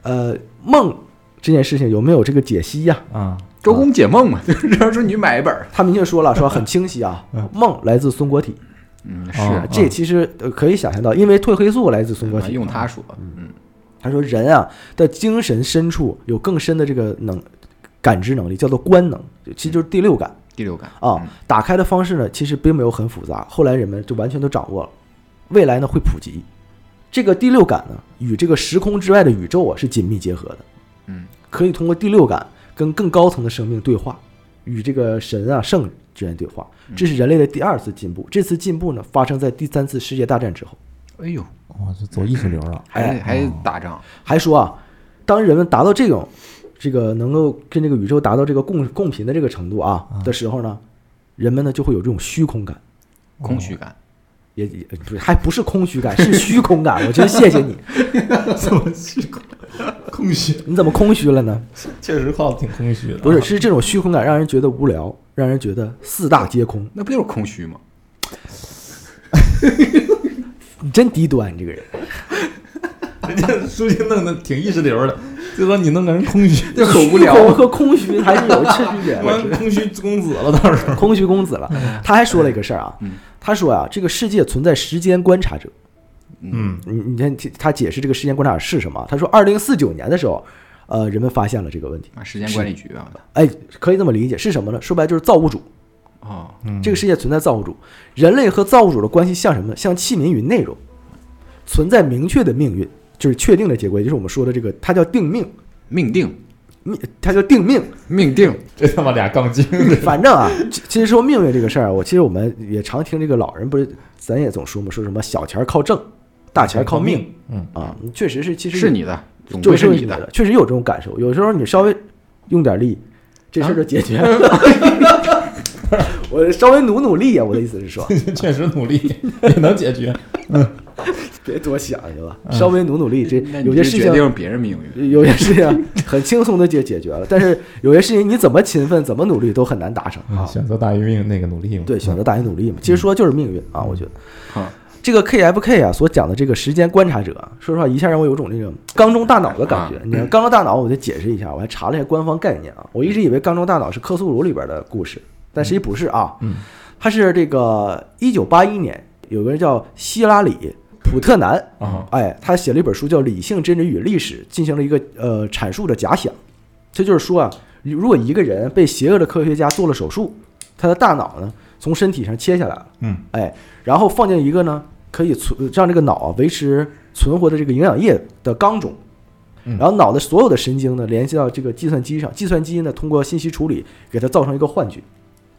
Speaker 1: 呃，梦这件事情有没有这个解析呀、
Speaker 3: 啊，
Speaker 2: 周公解梦嘛， 就是让说你买一本儿。
Speaker 1: 他明确说了，说很清晰 啊，梦来自松果体，
Speaker 2: 嗯，是，
Speaker 3: 哦
Speaker 1: 这其实呃可以想象到，因为褪黑素来自松果体，
Speaker 2: 啊用它说，嗯，
Speaker 1: 他说人啊的精神深处有更深的这个能感知能力，叫做官能，其实就是第六感
Speaker 2: 第六感
Speaker 1: 啊。，打开的方式呢，其实并没有很复杂，后来人们就完全都掌握了。未来呢会普及，这个第六感呢与这个时空之外的宇宙啊是紧密结合的，
Speaker 2: 嗯，
Speaker 1: 可以通过第六感跟更高层的生命对话，与这个神啊圣之间对话，
Speaker 2: 嗯
Speaker 1: 这是人类的第二次进步。这次进步呢发生在第三次世界大战之后。
Speaker 2: 哎呦，
Speaker 3: 哦，这走意识流了，
Speaker 2: 还
Speaker 1: 哎
Speaker 2: 得还得打仗，
Speaker 1: 还说啊，当人们达到这种这个能够跟这个宇宙达到这个共共频的这个程度啊的时候呢，人们呢就会有这种虚空感，
Speaker 2: 空虚感，
Speaker 1: 也也不是还不是空虚感，是虚空感。我 觉得谢谢你，
Speaker 3: 怎么虚空空虚？
Speaker 1: 你怎么空虚了呢？
Speaker 3: 确实靠挺空虚的，
Speaker 1: 不是，是这种虚空感让人觉得无聊，让人觉得四大皆空。
Speaker 2: 那不就是空虚吗？
Speaker 1: 你真低端，你 这个人。
Speaker 3: 人家 书记弄的挺意识流的，就说你弄个人空虚，
Speaker 2: 这可无
Speaker 1: 虚空
Speaker 2: 聊。
Speaker 1: 和空虚还是有区别 的。
Speaker 3: 完空虚公子了倒是。
Speaker 1: 空虚公子了，他还说了一个事儿啊
Speaker 2: 嗯，
Speaker 1: 他说啊，这个世界存在时间观察者。
Speaker 3: 嗯，
Speaker 1: 你你先听他解释这个时间观察是什么？他说，二零四九年的时候，呃，人们发现了这个问题。
Speaker 2: 妈，时间管理局啊！我操
Speaker 1: 哎，可以这么理解，是什么呢？说白了就是造物主，
Speaker 2: 哦，
Speaker 3: 嗯
Speaker 1: 这个世界存在造物主，人类和造物主的关系像什么呢？像器皿与内容，存在明确的命运，就是确定的结果，也就是我们说的这个，它叫定命，
Speaker 2: 命定，
Speaker 1: 命，它叫定 命。
Speaker 2: 命定，
Speaker 3: 这他妈俩杠 精，
Speaker 1: 反正啊，其其实说命运这个事儿啊，我其实我们也常听这个老人不是，咱也总说嘛，说什么小钱儿靠挣，大钱儿靠命。
Speaker 3: 嗯，
Speaker 1: 啊，确实是，其实
Speaker 2: 是你的，总
Speaker 1: 就
Speaker 2: 归
Speaker 1: 是
Speaker 2: 你
Speaker 1: 你的，，确实有这种感受。有时候你稍微用点力，这事儿就解决了。
Speaker 2: 啊
Speaker 1: 我稍微努努力呀、啊我的意思是 说，
Speaker 3: 确实努力也能 解决。
Speaker 1: 别多想，行
Speaker 2: 嗯
Speaker 1: 吧？稍微努努力，这
Speaker 2: 那
Speaker 1: 有
Speaker 2: 你
Speaker 1: 些
Speaker 2: 就
Speaker 1: 事
Speaker 2: 决
Speaker 1: 情，
Speaker 2: 定别人命运。
Speaker 1: 有些事情很轻松的就解决了，但是有些事情你怎么勤奋、怎么努力都很难达成
Speaker 2: 嗯
Speaker 1: 啊。
Speaker 3: 选择大于命那个努力嘛，
Speaker 1: 对，选择大于努力嘛，其实说就是命运啊，我觉得。
Speaker 2: 哈，
Speaker 1: 这个 KFK 啊所讲的这个时间观察者啊，说实话一下让我有种那种缸中大脑的感觉
Speaker 2: 啊。
Speaker 1: 你
Speaker 3: 嗯
Speaker 1: 看缸中大脑，我就解释一下，我还查了一下官方概念啊，我一直以为缸中大脑是克苏鲁里边的故事，但实际不是啊，
Speaker 3: 嗯，
Speaker 1: 它是这个一九八一年有个人叫希拉里普特南。
Speaker 3: 啊，
Speaker 1: 哎，他写了一本书叫《理性、真理与历史》，进行了一个呃阐述的假想。这就是说啊，如果一个人被邪恶的科学家做了手术，他的大脑呢从身体上切下来了，
Speaker 3: 嗯，
Speaker 1: 哎，然后放进一个呢可以存让这个脑啊维持存活的这个营养液的缸中，
Speaker 3: 嗯
Speaker 1: 然后脑的所有的神经呢联系到这个计算机上，计算机呢通过信息处理给他造成一个幻觉。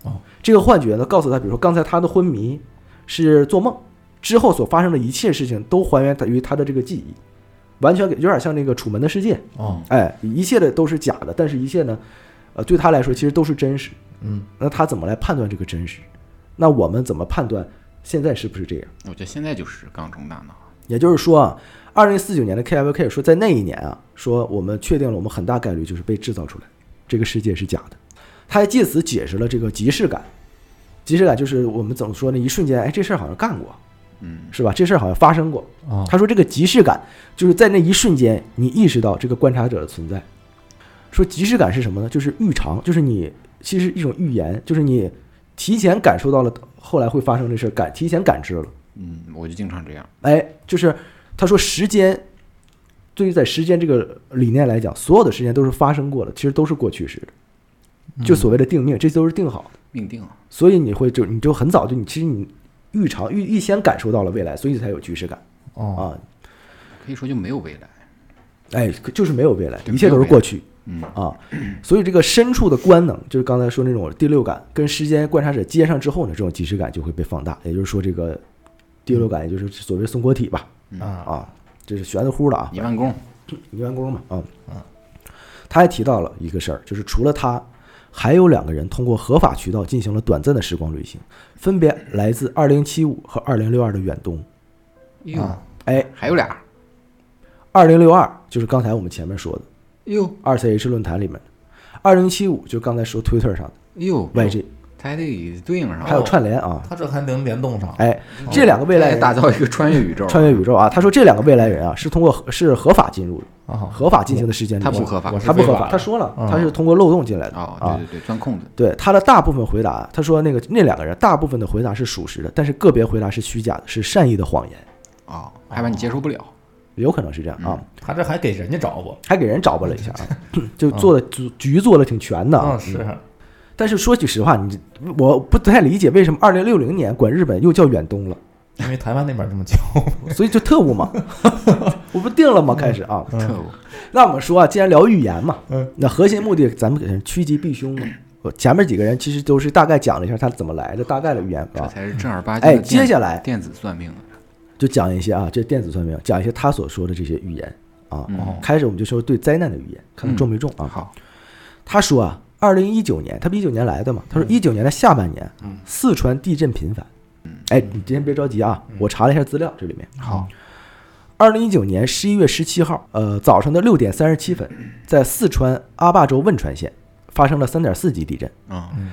Speaker 3: 哦，
Speaker 1: 这个幻觉呢告诉他，比如说刚才他的昏迷是做梦，之后所发生的一切事情都还原他于他的这个记忆，完全给有点像那个《楚门的世界》。
Speaker 3: 哦，
Speaker 1: 哎，一切的都是假的，但是一切呢，呃，对他来说其实都是真实。
Speaker 3: 嗯，
Speaker 1: 那他怎么来判断这个真实？那我们怎么判断现在是不是这样？
Speaker 2: 我觉得现在就是缸中大脑，
Speaker 1: 也就是说啊，二零四九年的 KFK 说，在那一年啊，说我们确定了我们很大概率就是被制造出来，这个世界是假的。他还借此解释了这个即视感，即视感就是我们总说那一瞬间，哎，这事儿好像干过，
Speaker 2: 嗯，
Speaker 1: 是吧？这事儿好像发生过。
Speaker 3: 啊，
Speaker 1: 他说这个即视感就是在那一瞬间，你意识到这个观察者的存在。说即视感是什么呢？就是预尝，就是你其实一种预言，就是你提前感受到了后来会发生这事儿，感提前感知了。
Speaker 2: 嗯，我就经常这样。
Speaker 1: 哎，就是他说时间，对于在时间这个理念来讲，所有的时间都是发生过的，其实都是过去式的，就所谓的定命，这都是定好的。
Speaker 2: 命定啊，
Speaker 1: 所以你会就你就很早就你其实你预尝预预先感受到了未来，所以才有即视感
Speaker 3: 哦，
Speaker 1: 啊。
Speaker 2: 可以说就没有未来。
Speaker 1: 哎，可就是没有未来，
Speaker 2: 对
Speaker 1: 一切都是过去
Speaker 2: 嗯，
Speaker 1: 啊。所以这个深处的官能，就是刚才说那种第六感，跟时间观察者接上之后呢，这种即视感就会被放大。也就是说，这个第六感，也就是所谓松果体吧，
Speaker 3: 啊，
Speaker 1: 啊，这是玄乎的啊，
Speaker 2: 一万功，
Speaker 1: 员工嘛，啊，他还提到了一个事儿，就是除了他，还有两个人通过合法渠道进行了短暂的时光旅行，分别来自2075和2062的远东。
Speaker 2: 哟，
Speaker 1: 哎，
Speaker 2: 还有俩，
Speaker 1: 2 0 6 2就是刚才我们前面说的
Speaker 2: 哟
Speaker 1: 二 c h 论坛里面的，2 0 7 5就是刚才说 Twitter 上的
Speaker 2: 哟，
Speaker 1: YG，
Speaker 2: 他还得对应上，
Speaker 1: 还有串联啊，
Speaker 3: 他这还能联动上？
Speaker 1: 哎，这两个未来
Speaker 2: 还
Speaker 1: 人
Speaker 2: 打造一个穿越宇宙，
Speaker 1: 穿越宇宙啊，他说这两个未来人啊是通过合是合法进入的，
Speaker 3: 啊，
Speaker 1: 合法进行的时间旅
Speaker 2: 他
Speaker 1: 行，
Speaker 2: 不合法
Speaker 3: 我，是
Speaker 1: 他不
Speaker 3: 非
Speaker 1: 合
Speaker 3: 法
Speaker 1: 法，
Speaker 3: 的
Speaker 1: 他说了
Speaker 3: 嗯
Speaker 1: 他是通过漏洞进来的
Speaker 2: 哦，
Speaker 1: 啊
Speaker 2: 对。对对，钻空子，
Speaker 1: 对他的大部分回答，他说那个那两个人大部分的回答是属实的，但是个别回答是虚假的，是善意的谎言，
Speaker 2: 哦，害怕你接受不了，
Speaker 1: 有可能是这样啊。
Speaker 3: 他这还给人家找 我，
Speaker 1: 还给人找吧了一下啊，就做的局局做的挺全的啊
Speaker 3: 嗯。是，
Speaker 1: 但是说句实话，你我不太理解为什么二零六零年管日本又叫远 东了，
Speaker 3: 因为台湾那边这么叫，
Speaker 1: 所以就特务 嘛，我不定了吗？开始啊，
Speaker 3: 嗯
Speaker 2: 特务，
Speaker 1: 那我们说啊，既然聊预言嘛，
Speaker 3: 嗯，
Speaker 1: 那核心目的咱们给人趋吉避凶嘛。我前面几个人其实都是大概讲了一下他怎么来的，大概的预言
Speaker 2: 这
Speaker 1: 啊。
Speaker 2: 才是正儿八经
Speaker 1: 哎，
Speaker 2: 的
Speaker 1: 接
Speaker 2: 电
Speaker 1: 下来
Speaker 2: 电子算命啊，
Speaker 1: 就讲一些啊，这电子算命，讲一些他所说的这些预言啊。
Speaker 3: 哦
Speaker 2: 嗯，
Speaker 1: 开始我们就说对灾难的预言，看看中没中啊。
Speaker 2: 好，
Speaker 1: 他说啊，二零一九年，他不一九年来的嘛，他说一九年的下半年，四川地震频繁。哎，你今天别着急啊，我查了一下资料，这里面
Speaker 2: 好，
Speaker 1: 二零一九年十一月十七号，呃，早上的六点三十七分，在四川阿坝州汶川县发生了三点四级地震。
Speaker 2: 嗯，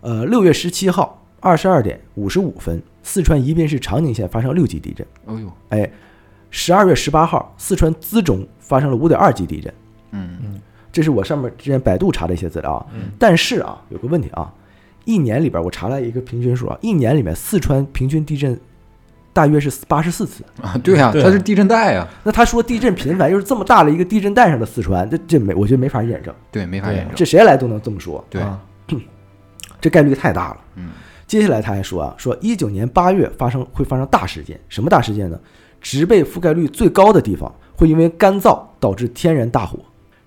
Speaker 1: 呃，六月十七号二十二点五十五分，四川宜宾市长宁县发生六级地震。
Speaker 2: 哦呦，
Speaker 1: 哎，十二月十八号，四川资中发生了五点二级地震，
Speaker 2: 嗯，
Speaker 1: 这是我上面之前百度查的一些资料啊。但是啊，有个问题啊，一年里边我查了一个平均数啊，一年里面四川平均地震大约是八十四次。
Speaker 2: 啊，对啊，
Speaker 3: 对啊
Speaker 2: 它是地震带啊，
Speaker 1: 那他说地震频繁，又是这么大的一个地震带上的四川，这这没我觉得没法验证，
Speaker 2: 对，没法
Speaker 3: 对
Speaker 2: 验证，
Speaker 1: 这谁来都能这么说，
Speaker 2: 对，
Speaker 3: 啊
Speaker 1: 这概率太大了。
Speaker 2: 嗯，
Speaker 1: 接下来他还说啊，说一九年八月发生会发生大事件，什么大事件呢？植被覆盖率最高的地方会因为干燥导致天然大火。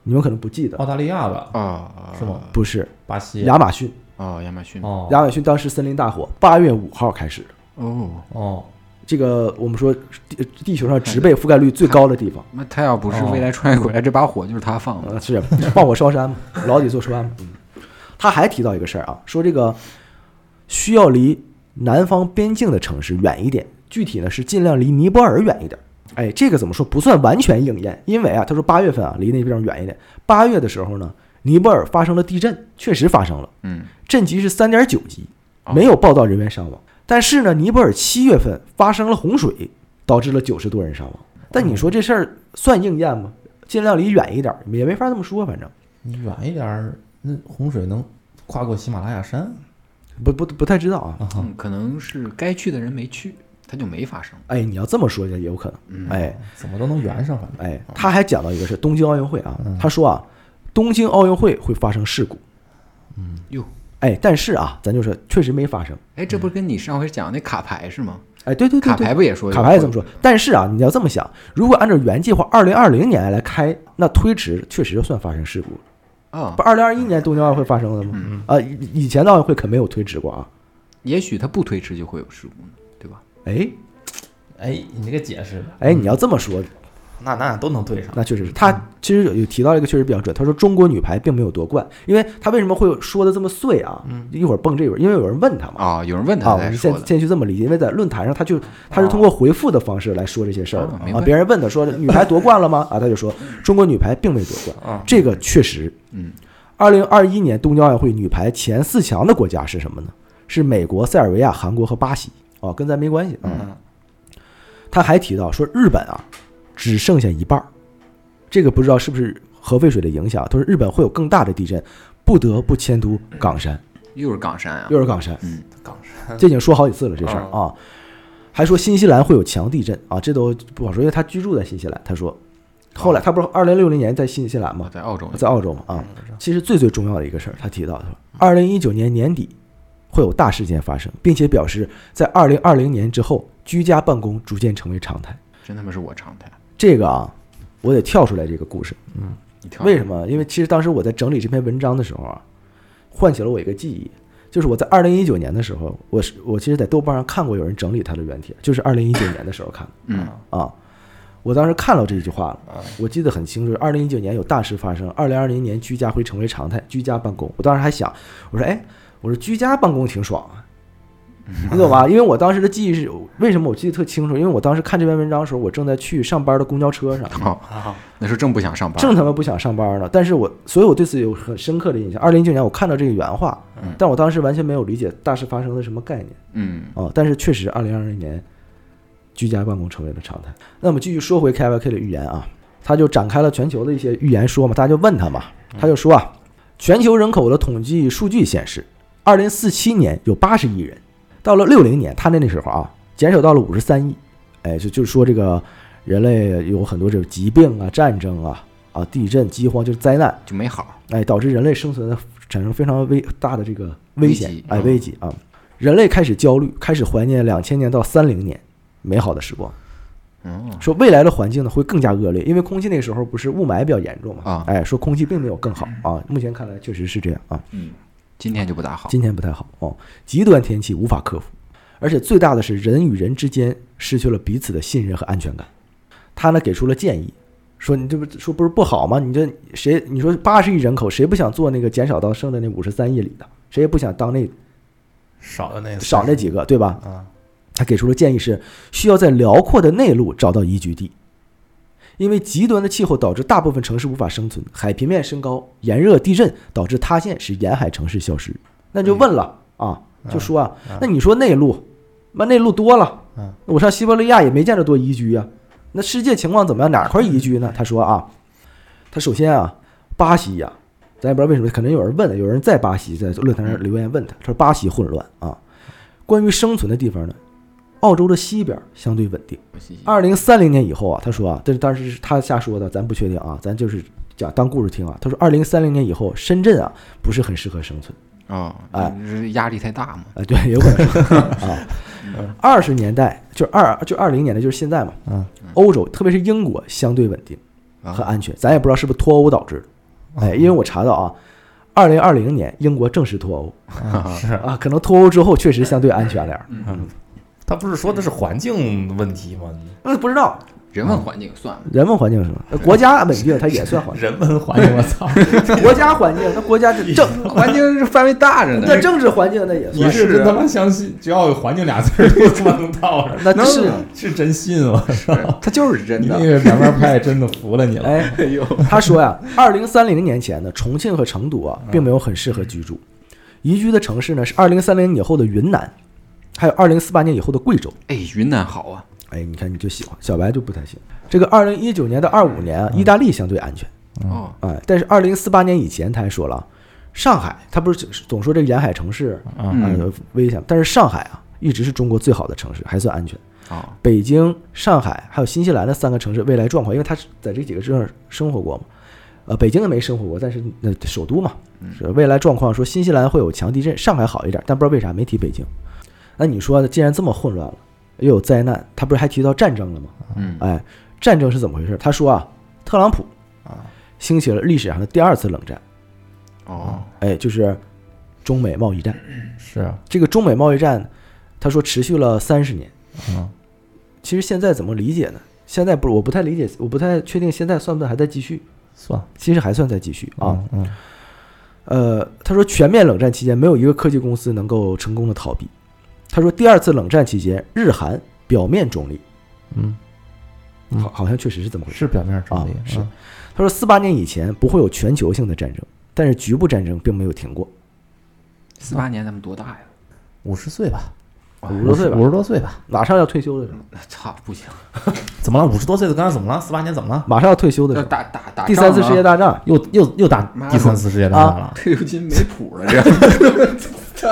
Speaker 1: 你们可能不记得，
Speaker 3: 澳大利亚吧，
Speaker 2: 啊，
Speaker 3: 是吗？
Speaker 1: 不是
Speaker 3: 巴西，啊
Speaker 1: 亚马逊，
Speaker 2: 哦，亚马逊，
Speaker 3: 哦
Speaker 1: 亚马逊当时森林大火，八月五号开始的。
Speaker 2: 哦，
Speaker 3: 哦，
Speaker 1: 这个我们说地地球上植被覆盖率最高的地方，
Speaker 2: 那他要不是未来穿越过来，这把火就是他放的，
Speaker 1: 呃，是放火烧山嘛，牢底坐穿嘛。嗯他还提到一个事儿啊，说这个需要离南方边境的城市远一点，具体呢是尽量离尼泊尔远一点。哎，这个怎么说不算完全应验，因为啊，他说八月份啊离那边远一点，八月的时候呢，尼泊尔发生了地震，确实发生了，
Speaker 2: 嗯，
Speaker 1: 震级是三点九级，
Speaker 2: 哦
Speaker 1: 没有报道人员伤亡。但是呢，尼泊尔七月份发生了洪水，导致了九十多人伤亡。但你说这事儿算应验吗？尽量离远一点儿，也没法这么说，反正
Speaker 3: 你远一点儿，那洪水能跨过喜马拉雅山
Speaker 1: 不不不太知道啊。
Speaker 3: 啊？
Speaker 2: 嗯，可能是该去的人没去，它就没发生。
Speaker 1: 哎，你要这么说也有可能。
Speaker 2: 嗯
Speaker 1: 哎
Speaker 3: 怎么都能圆上，反正
Speaker 1: 哎，他还讲到一个是东京奥运会啊，
Speaker 2: 嗯
Speaker 1: 他说啊，东京奥运会会发生事故。
Speaker 2: 哟，
Speaker 1: 哎，但是啊，咱就说确实没发生。
Speaker 2: 哎，这不是跟你上回讲那卡牌是吗？
Speaker 1: 哎，对对对
Speaker 2: 卡
Speaker 1: 对
Speaker 2: 牌，不也说
Speaker 1: 卡牌也这么说。但是啊，你要这么想，如果按照原计划二零二零年来开，那推迟确实就算发生事故了。
Speaker 2: 啊
Speaker 1: 不，？二零二一年东京奥运会发生了吗？啊，以以前的奥运会可没有推迟过啊。
Speaker 2: 也许它不推迟就会有事故呢，对吧？
Speaker 1: 哎
Speaker 3: 哎，你这个解释，
Speaker 1: 哎，你要这么说，
Speaker 3: 那那都能对上。
Speaker 1: 那确实是他其实有有提到一个确实比较准，他说中国女排并没有夺冠，因为他为什么会说的这么碎啊？一会儿蹦这一会儿，因为有人问他嘛。
Speaker 2: 啊，有人问
Speaker 1: 啊，
Speaker 2: 他
Speaker 1: 我
Speaker 2: 才
Speaker 1: 们
Speaker 2: 说
Speaker 1: 先
Speaker 2: 的。
Speaker 1: 先去这么理解，因为在论坛上，他就他是通过回复的方式来说这些事儿的
Speaker 2: 啊明
Speaker 1: 啊。
Speaker 2: 白
Speaker 1: 别人问他说女排夺冠了吗？啊，他就说中国女排并没夺冠
Speaker 3: 啊，
Speaker 1: 这个确实。
Speaker 2: 嗯，
Speaker 1: 二零二一年东京奥运会女排前四哦
Speaker 3: 嗯
Speaker 2: 嗯
Speaker 1: 强的国家是什么呢？是美国、塞尔维亚、韩国和巴西啊，跟咱没关系啊。他还提到说，日本啊只剩下一半儿，这个不知道是不是核废水的影响。他说日本会有更大的地震，不得不迁都冈山，
Speaker 2: 又是冈山啊，
Speaker 1: 又是冈山。
Speaker 2: 嗯，
Speaker 3: 港山
Speaker 1: 这已经说好几次了这事儿啊，还说新西兰会有强地震啊，这都不好说，因为他居住在新西兰。他说，后来他不是二零六零年在新西兰
Speaker 2: 我
Speaker 1: 吗？
Speaker 2: 在澳洲呢，
Speaker 1: 在澳洲嘛啊。其实最最重要的一个事儿，他提到他说，二零一九年年底会有大事件发生，并且表示在二零二零年之后，居家办公逐渐成为常态。
Speaker 2: 真他妈是我常态。
Speaker 1: 这个啊，我得跳出来这个故事，
Speaker 2: 你跳
Speaker 1: 为什么？因为其实当时我在整理这篇文章的时候啊，唤起了我一个记忆，就是我在二零一九年的时候，我是我其实在豆瓣上看过有人整理他的原帖，就是二零一九年的时候看
Speaker 2: 嗯，
Speaker 1: 的啊。我当时看到这句话了
Speaker 3: 啊，
Speaker 1: 我记得很清楚。二零一九年有大事发生，二零二零年居家会成为常态，居家办公。我当时还想，我说，哎，我说居家办公挺爽啊，你懂吧？因为我当时的记忆是，为什么我记得特清楚？因为我当时看这篇文章的时候，我正在去上班的公交车上，
Speaker 2: 好，
Speaker 3: 啊，
Speaker 2: 那时候正不想上班，
Speaker 1: 正他妈不想上班呢。但是我，所以我对此有很深刻的印象。二零一九年我看到这个原话，但我当时完全没有理解大事发生的什么概念
Speaker 2: 嗯，
Speaker 1: 啊、但是确实，二零二零年居家办公成为了常态。那么继续说回 KYK 的预言啊，他就展开了全球的一些预言说嘛，大家就问他嘛，他就说啊，全球人口的统计数据显示，二零四七年有八十亿人，到了六零年，他那那时候啊，减少到了五十三亿，哎，就就是说这个人类有很多这种疾病啊、战争啊、啊地震、饥荒，就是灾难，
Speaker 2: 就没好，
Speaker 1: 哎，导致人类生存的产生非常危大的这个危险
Speaker 2: 危机，
Speaker 1: 哎，
Speaker 2: 嗯
Speaker 1: 危机啊！人类开始焦虑，开始怀念两千年到三零年美好的时光。
Speaker 2: 嗯，
Speaker 1: 说未来的环境呢会更加恶劣，因为空气那个时候不是雾霾比较严重嘛，
Speaker 2: 啊嗯
Speaker 1: 哎，说空气并没有更好啊，目前看来确实是这样啊，
Speaker 2: 今天就不咋好，
Speaker 1: 今天不太好哦，极端天气无法克服，而且最大的是人与人之间失去了彼此的信任和安全感。他呢给出了建议，说你这不说不是不好吗？你这谁你说八十亿人口，谁不想做那个减少到剩的那五十三亿里的？谁也不想当那
Speaker 3: 少的那
Speaker 1: 少那几个，对吧？
Speaker 3: 啊，
Speaker 1: 他给出的建议是需要在辽阔的内陆找到宜居地，因为极端的气候导致大部分城市无法生存，海平面升高、炎热、地震导致他县使沿海城市消失。那就问了啊，就说啊，那你说内陆，那内陆多了
Speaker 3: 嗯，
Speaker 1: 那我上西伯利亚也没见着多宜居啊。那世界情况怎么样？哪块宜居呢？他说啊，他首先啊，巴西呀、咱也不知道为什么，肯定有人问，有人在巴西在论坛上留言问他，他说巴西混乱啊。关于生存的地方呢，澳洲的西边相对稳定。二零三零年以后啊，他说啊，这是当时是他瞎说的，咱不确定啊，咱就是讲当故事听啊。他说二零三零年以后，深圳啊不是很适合生存
Speaker 2: 哦，
Speaker 1: 哎
Speaker 2: 你是压力太大嘛，
Speaker 1: 啊，对，有可能是 啊。二十年代就二就二零年代就是现在嘛，
Speaker 3: 嗯，
Speaker 1: 欧洲特别是英国相对稳定和
Speaker 2: 啊，
Speaker 1: 安全，咱也不知道是不是脱欧导致的。哎，因为我查到啊，二零二零年英国正式脱欧
Speaker 3: 嗯 是
Speaker 1: 啊，可能脱欧之后确实相对安全点儿，
Speaker 3: 他不是说的是环境问题吗？
Speaker 1: 嗯，不知道
Speaker 2: 人
Speaker 1: 嗯
Speaker 2: 文环境算了，
Speaker 1: 人文环境是什么？呃国家稳定它也算环境。
Speaker 3: 人文环境，我操！
Speaker 1: 国家环境，那国家这 政
Speaker 2: 环境是范围大着呢，
Speaker 1: 那政治环境那也
Speaker 3: 你
Speaker 1: 算，
Speaker 4: 啊
Speaker 3: 是真他妈相信，只要有环境俩字儿就他妈能套上，
Speaker 1: 那是
Speaker 2: 能
Speaker 3: 是真信我操！
Speaker 2: 它就是真
Speaker 3: 你那
Speaker 2: 的。
Speaker 3: 个南边派真的服了 你了，
Speaker 1: 哎，
Speaker 2: 哎呦，
Speaker 1: 他说呀，二零三零年前呢，重庆和成都啊，并没有很适合居住，宜居的城市呢是二零三零以后的云南，还有二零四八年以后的贵州。
Speaker 2: 哎，云南好啊，
Speaker 1: 哎，你看你就喜欢，小白就不太喜欢。这个二零一九年到二五年啊，意大利相对安全，
Speaker 2: 哦，
Speaker 1: 哎，但是二零四八年以前，他还说了啊，上海，他不是总说这个沿海城市啊、呃危险，但是上海啊一直是中国最好的城市，还算安全。
Speaker 2: 哦，
Speaker 1: 北京、上海还有新西兰的三个城市未来状况，因为他是在这几个地方生活过嘛。呃，北京也没生活过，但是那、首都嘛，是未来状况说新西兰会有强地震，上海好一点，但不知道为啥没提北京。那你说，既然这么混乱了，又有灾难，他不是还提到战争了吗？
Speaker 2: 嗯，
Speaker 1: 哎，战争是怎么回事？他说啊，特朗普
Speaker 3: 啊
Speaker 1: 兴起了历史上的第二次冷战，
Speaker 2: 哦，
Speaker 1: 哎，就是中美贸易战。
Speaker 3: 是啊，
Speaker 1: 这个中美贸易战，他说持续了三十年。
Speaker 3: 嗯
Speaker 1: 其实现在怎么理解呢？现在不是，我不太理解，我不太确定现在算不算还在继续。
Speaker 3: 算
Speaker 1: 其实还算在继续啊。，
Speaker 3: 嗯
Speaker 1: 呃，他说全面冷战期间没有一个科技公司能够成功的逃避。他说第二次冷战期间，日韩表面中立，
Speaker 3: 嗯，嗯
Speaker 1: 好好像确实是这么回事。
Speaker 3: 是表面
Speaker 1: 中立啊是嗯他说四八年以前不会有全球性的战争，但是局部战争并没有停过。
Speaker 2: 四八年咱们多大呀？
Speaker 3: 五十岁吧，
Speaker 1: 五十多岁吧
Speaker 4: 五，十多岁吧？
Speaker 1: 马上要退休的
Speaker 2: 嗯
Speaker 1: 时候，
Speaker 2: 操，不行，
Speaker 4: 怎么了？五十多岁的刚刚怎么了？四八年怎么了？
Speaker 1: 马上要退休的时
Speaker 2: 要
Speaker 1: 候，
Speaker 2: 打打打
Speaker 1: 第
Speaker 2: 仗啊
Speaker 1: 三次
Speaker 2: 了
Speaker 1: 世界大战，
Speaker 4: 又又又打
Speaker 2: 妈的啊
Speaker 4: 第三次世界大战了？
Speaker 2: 退休金没谱了，这样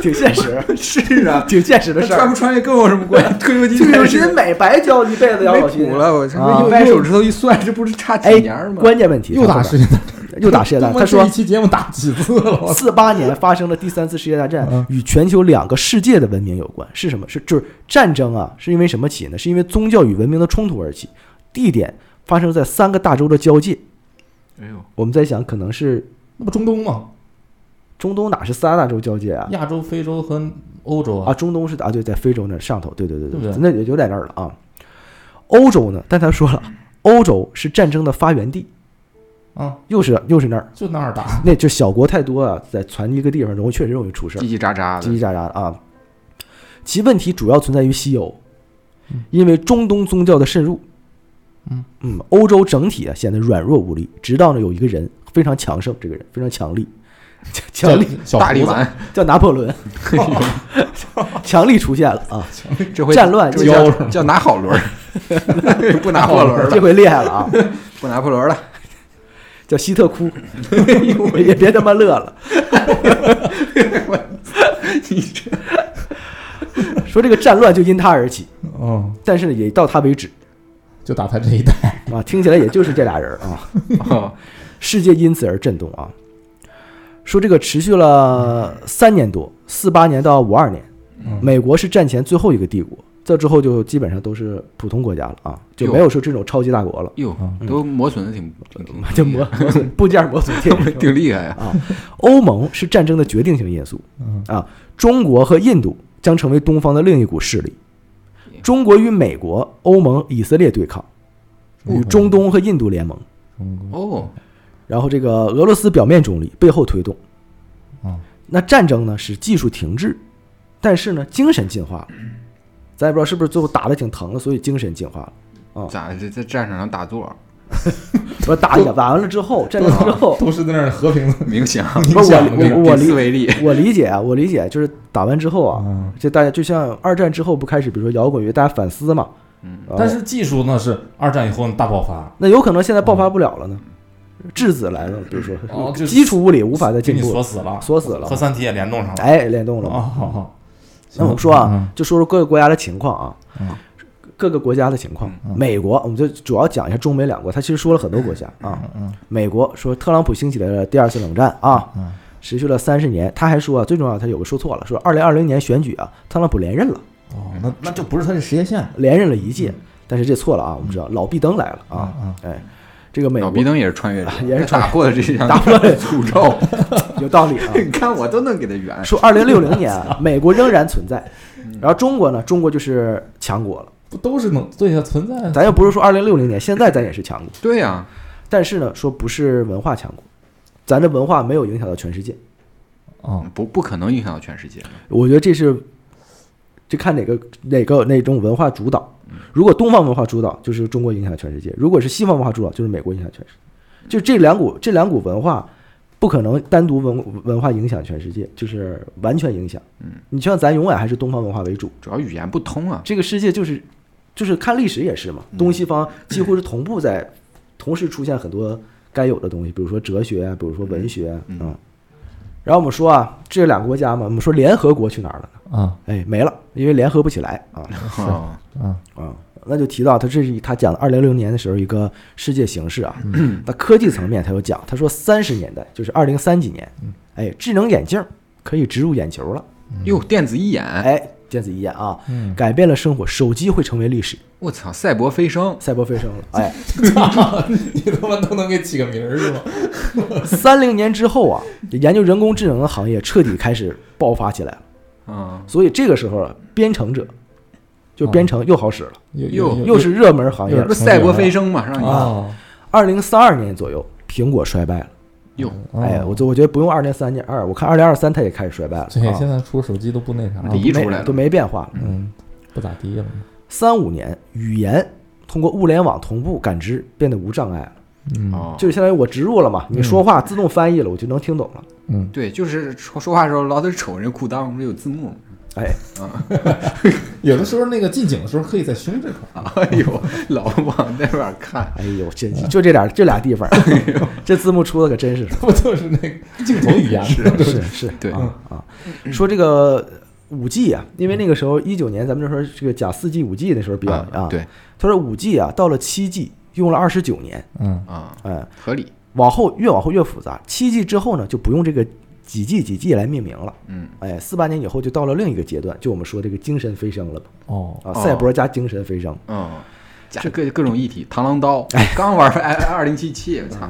Speaker 1: 挺现实，
Speaker 2: 是啊，
Speaker 1: 挺现实的事
Speaker 2: 穿
Speaker 1: 儿
Speaker 2: 不。穿越跟我有什么关 系？退休金
Speaker 1: 退休
Speaker 2: 没
Speaker 1: 金每白交一辈子，要老
Speaker 2: 没
Speaker 1: 金
Speaker 2: 谱。了，我
Speaker 1: 啊
Speaker 2: 操！用掰手指头一算，这不是差几
Speaker 1: 哎
Speaker 2: 年儿，吗？
Speaker 1: 关键问题，
Speaker 4: 又打世界大战？
Speaker 1: 又打世界大
Speaker 3: 他
Speaker 1: 战。
Speaker 3: 妈
Speaker 1: 他说
Speaker 3: 这一，期节目打几次了？我操
Speaker 1: 四八年发生了第三次世界大战
Speaker 4: 嗯，
Speaker 1: 与全球两个世界的文明有关。是什么？是就是战争啊，是因为什么起呢？是因为宗教与文明的冲突而起，地点发生在三个大洲的交界。
Speaker 2: 哎呦，
Speaker 1: 我们在想，可能是
Speaker 4: 那不中东吗？
Speaker 1: 中东哪是三大洲交界啊？
Speaker 4: 亚洲、非洲和欧洲
Speaker 1: 啊，
Speaker 4: 啊，
Speaker 1: 中东是啊，对，在非洲那上头，对对对
Speaker 4: 对不对
Speaker 1: 那也就在那儿了啊。欧洲呢？但他说了，欧洲是战争的发源地，
Speaker 4: 啊，
Speaker 1: 又是又是那儿，
Speaker 4: 就那儿打。
Speaker 1: 那就小国太多啊，在传一个地方容易确实容易出事儿
Speaker 2: 叽。叽喳喳
Speaker 1: 叽
Speaker 2: 的，
Speaker 1: 叽喳喳的啊。其问题主要存在于西欧，因为中东宗教的渗入，
Speaker 4: 嗯
Speaker 1: 欧洲整体啊显得软弱无力，直到呢有一个人非常强盛，这个人非常强力， 强力
Speaker 4: 小
Speaker 2: 大力
Speaker 4: 胡子
Speaker 2: 丸，
Speaker 1: 叫拿破仑，强力出现了啊，
Speaker 2: 这回
Speaker 1: 战乱
Speaker 2: 这回叫
Speaker 4: 交是吗
Speaker 2: 叫拿好轮儿， 不拿破轮儿
Speaker 1: 这
Speaker 2: 了，
Speaker 1: 回厉害了啊，
Speaker 2: 不拿破轮儿了，
Speaker 1: 叫希特哭，也别他妈乐了。说这个战乱就因他而起，
Speaker 4: 嗯，
Speaker 1: 但是呢也到他为止
Speaker 4: 就打他这一代。
Speaker 1: 啊，听起来也就是这俩人啊。
Speaker 2: 哦
Speaker 1: 世界因此而震动啊。说这个持续了三年多，四八年到五二年，美国是战前最后一个帝国，这之后就基本上都是普通国家了啊，就没有说这种超级大国了，
Speaker 2: 哟
Speaker 4: 嗯，
Speaker 2: 都磨损的挺挺挺，
Speaker 1: 就磨 磨损部件磨损 天
Speaker 2: 挺厉害呀。
Speaker 1: 啊。欧盟是战争的决定性因素
Speaker 4: 嗯
Speaker 1: 啊，中国和印度将成为东方的另一股势力。中国与美国、欧盟、以色列对抗，与中东和印度联盟。
Speaker 4: 中国
Speaker 2: 哦，
Speaker 1: 然后这个俄罗斯表面中立，背后推动。
Speaker 4: 嗯
Speaker 1: 那战争呢使技术停滞，但是呢精神进化了。咱也不知道是不是最后打的挺疼的，所以精神进化了。
Speaker 2: 咋这在战场上打 坐，
Speaker 1: 说打也打完了之后，战争 之后，
Speaker 4: 都啊是在那儿和 平
Speaker 2: 冥想，
Speaker 1: 不是
Speaker 2: 啊
Speaker 1: 我我我
Speaker 2: 比
Speaker 1: 理
Speaker 2: 斯为例，
Speaker 1: 我理解啊，我理解就是打完之后
Speaker 3: 嗯
Speaker 1: 啊，
Speaker 4: 啊。
Speaker 1: 就大家就像二战之后不开始，比如说摇滚乐，大家反思嘛。
Speaker 2: 嗯
Speaker 1: 呃
Speaker 4: 但是技术呢是二战以后大爆发，
Speaker 1: 那有可能现在爆发不了了呢，质子来了，比如说、
Speaker 4: 哦就是
Speaker 1: 基础物理无法再
Speaker 4: 给
Speaker 1: 进
Speaker 4: 你
Speaker 1: 步
Speaker 4: 锁
Speaker 1: 了，
Speaker 4: 死
Speaker 3: 哦
Speaker 4: 了，
Speaker 1: 锁死了
Speaker 4: 和三体也联动上了。嗯
Speaker 1: 哎，联动了嘛。
Speaker 4: 哦， 好好。
Speaker 1: 那我们说啊，就说说各个国家的情况啊，
Speaker 4: 嗯
Speaker 1: 各个国家的情况。
Speaker 4: 嗯
Speaker 1: 美国，我们就主要讲一下中美两国，他其实说了很多国家啊。
Speaker 4: 嗯，嗯
Speaker 1: 美国说特朗普兴起了第二次冷战啊，
Speaker 4: 嗯
Speaker 1: 持续了三十年。他还说啊，最重要他有个说错了，说二零二零年选举啊，特朗普连任了，
Speaker 4: 嗯，哦，那那就不是他的实业线
Speaker 1: 连任了一届，但是这错了啊，我们知道老毕登来了啊，
Speaker 4: 嗯
Speaker 1: 哎，这个美
Speaker 2: 老
Speaker 1: 国
Speaker 2: 毕登也是穿越者，
Speaker 1: 也是穿越
Speaker 2: 打破了这项
Speaker 1: 打破了
Speaker 2: 诅咒。
Speaker 1: 有道理 啊。
Speaker 2: 你看我都能给他圆，
Speaker 1: 说二零六零年啊，美国仍然存在，然后中国呢，中国就是强国了。
Speaker 4: 不都是能对呀存在？
Speaker 1: 咱又不是说二零六零年，现在咱也是强国。
Speaker 2: 对啊呀，
Speaker 1: 但是呢，说不是文化强国，咱的文化没有影响到全世界。
Speaker 4: 哦，
Speaker 2: 不不可能影响到全世界。
Speaker 1: 我觉得这是，这看哪个哪个哪种文化主导。如果东方文化主导，就是中国影响全世界；如果是西方文化主导，就是美国影响全世界。就这两股这两股文化，不可能单独文文化影响全世界，就是完全影响。
Speaker 2: 嗯，
Speaker 1: 你像咱永远还是东方文化为主，
Speaker 2: 主要语言不通啊，
Speaker 1: 这个世界就是就是看历史也是嘛，东西方几乎是同步在同时出现很多该有的东西，比如说哲学啊，比如说文学啊。
Speaker 2: 嗯
Speaker 1: 嗯然后我们说啊，这两个国家嘛，我们说联合国去哪儿了呢？
Speaker 4: 啊
Speaker 1: 哎，没了，因为联合不起来啊
Speaker 2: 哦
Speaker 4: 啊，
Speaker 1: 啊。那就提到他这是他讲的二零六零年的时候一个世界形势啊，那科技层面他有讲，他说三十年代就是二零三几年，哎，智能眼镜可以植入眼球了，
Speaker 2: 哟，电子一眼，
Speaker 1: 哎，电子一眼啊，
Speaker 4: 嗯
Speaker 1: 改变了生活，手机会成为历史，
Speaker 2: 我操，赛博飞升，
Speaker 1: 赛博飞升了，哎，
Speaker 4: 你他妈都能给起个名儿 是吗？
Speaker 1: 三零年之后啊，研究人工智能的行业彻底开始爆发起来了。
Speaker 2: 嗯，
Speaker 1: 所以这个时候啊，编程者就编程又好使了，
Speaker 4: 又
Speaker 2: 又
Speaker 1: 又是热门行业
Speaker 4: 又
Speaker 2: 这不
Speaker 1: 了。
Speaker 4: 是
Speaker 2: 赛博飞升嘛，让你
Speaker 4: 啊，
Speaker 1: 二零三二年左右，苹果衰败了。
Speaker 2: 哟，
Speaker 3: 哦
Speaker 1: 哎，我就我觉得不用二零三年二，我看二零二三它也开始衰败了，
Speaker 4: 哦这
Speaker 1: 啊
Speaker 4: 现在出手机都不那啥了，
Speaker 1: 哎
Speaker 2: 离移出来了
Speaker 1: 没都没变化了。
Speaker 4: 嗯，不咋地了。
Speaker 1: 三五年，语言通过物联网同步感知变得无障碍了，
Speaker 4: 嗯
Speaker 2: 哦，
Speaker 1: 就是相当于我植入了嘛，你说话自动翻译了，我就能听懂了。
Speaker 4: 嗯，
Speaker 2: 对，就是说说话的时候老得瞅人家裤裆，不是有字幕吗？
Speaker 1: 哎，
Speaker 4: 有的时候那个进景的时候可以在胸这块儿，
Speaker 2: 哎呦，老往那边看，
Speaker 1: 哎呦，这
Speaker 2: 嗯
Speaker 1: 就这俩就俩地方，
Speaker 2: 哎
Speaker 1: 这字幕出的可真是
Speaker 4: 不就是那个镜头语言吗？
Speaker 1: 是是，
Speaker 2: 对
Speaker 1: 啊啊，说这个五 G 啊，因为那个时候一九年咱们就说这个假四 G 五 G 那时候比较
Speaker 2: 啊
Speaker 1: 啊，
Speaker 2: 对
Speaker 1: 他说五 G 啊到了七 G 用了二十九年，
Speaker 4: 嗯，
Speaker 2: 啊，
Speaker 1: 哎，
Speaker 2: 合理，
Speaker 1: 往后越往后越复杂，七 G 之后呢就不用这个几 G 几 G 来命名了。
Speaker 2: 嗯，
Speaker 1: 哎，四八年以后就到了另一个阶段，就我们说这个精神飞升了吧？
Speaker 4: 哦，
Speaker 1: 啊，
Speaker 2: 哦
Speaker 1: 赛博加精神飞升。
Speaker 2: 嗯，加各各种一体，螳螂刀，刚玩哎二二零七七，我操，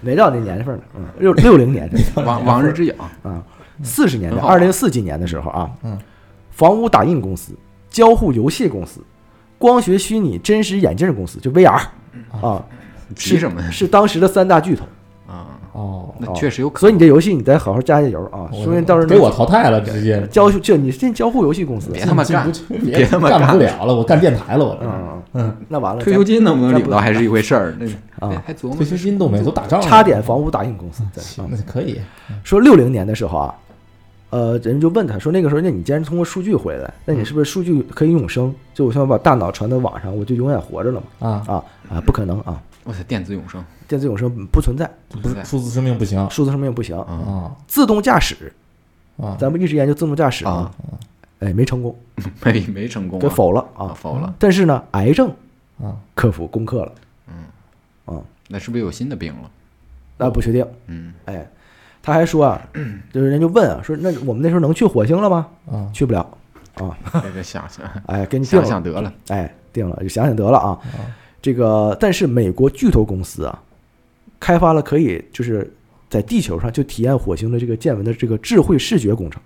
Speaker 1: 没到那年份呢，嗯，六六零年这
Speaker 2: 往往日之影，
Speaker 1: 啊，四十年代，
Speaker 2: 很好啊
Speaker 1: 二零四几年的时候啊，
Speaker 4: 嗯，
Speaker 1: 房屋打印公司、交互游戏公司、光学虚拟真实眼镜公司，就 VR
Speaker 4: 嗯
Speaker 1: 啊，
Speaker 2: 急什么呀？
Speaker 1: 是当时的三大巨头。
Speaker 2: 啊，
Speaker 4: 哦，
Speaker 2: 那
Speaker 1: 啊
Speaker 2: 确实有可
Speaker 1: 所以你这游戏你得好好加加油啊，说不定到时候
Speaker 4: 给我淘汰了，直接
Speaker 1: 交互就你进交互游戏公司，
Speaker 2: 别
Speaker 1: 嗯
Speaker 2: 他妈
Speaker 4: 进
Speaker 2: 干
Speaker 4: 不去，
Speaker 2: 别 他妈
Speaker 4: 干
Speaker 2: 干
Speaker 4: 不了了，我干电台了，我这
Speaker 1: 嗯，
Speaker 4: 嗯，
Speaker 1: 那完了，
Speaker 2: 退休金能啊不能领
Speaker 1: 咱
Speaker 2: 到还是一回事儿，那
Speaker 1: 啊
Speaker 2: 哎还琢磨
Speaker 4: 退休金都没，都打仗了，
Speaker 1: 差点嗯房屋打印公司。在
Speaker 4: 行，那可以，
Speaker 1: 说六零年的时候啊，呃，人就问他说，那个时候，那你既然通过数据回来，
Speaker 4: 嗯
Speaker 1: 那你是不是数据可以永生？就我想把大脑传到网上，我就永远活着了嘛？
Speaker 4: 啊，
Speaker 1: 啊啊，不可能啊，
Speaker 2: 我操，电子永生，
Speaker 1: 电子永生不存在，嗯
Speaker 4: 不是数字生命不行
Speaker 1: 数字生命不行。
Speaker 2: 啊
Speaker 4: 啊
Speaker 1: 自动驾驶，
Speaker 4: 啊，
Speaker 1: 咱们一直研究自动驾驶嘛
Speaker 2: 啊，，
Speaker 1: 哎，没成功，
Speaker 2: 没没成功啊，
Speaker 1: 给否了
Speaker 2: 啊，
Speaker 1: 啊。
Speaker 2: 否了，
Speaker 1: 但是呢，癌症
Speaker 4: 啊，
Speaker 1: 克服攻克了，嗯，啊，
Speaker 2: 那是不是有新的病了？
Speaker 1: 那不确定，
Speaker 2: 嗯，
Speaker 1: 哎，他还说 啊，就是人就问啊，说那我们那时候能去火星了吗？
Speaker 4: 啊，
Speaker 1: 去不了啊，
Speaker 2: 这个想 想
Speaker 1: 哎，给你定
Speaker 2: 想
Speaker 1: 了，
Speaker 2: 想得了，
Speaker 1: 哎，定了，就想想得了啊。这个，但是美国巨头公司啊，开发了可以就是在地球上就体验火星的这个见闻的这个智慧视觉工程，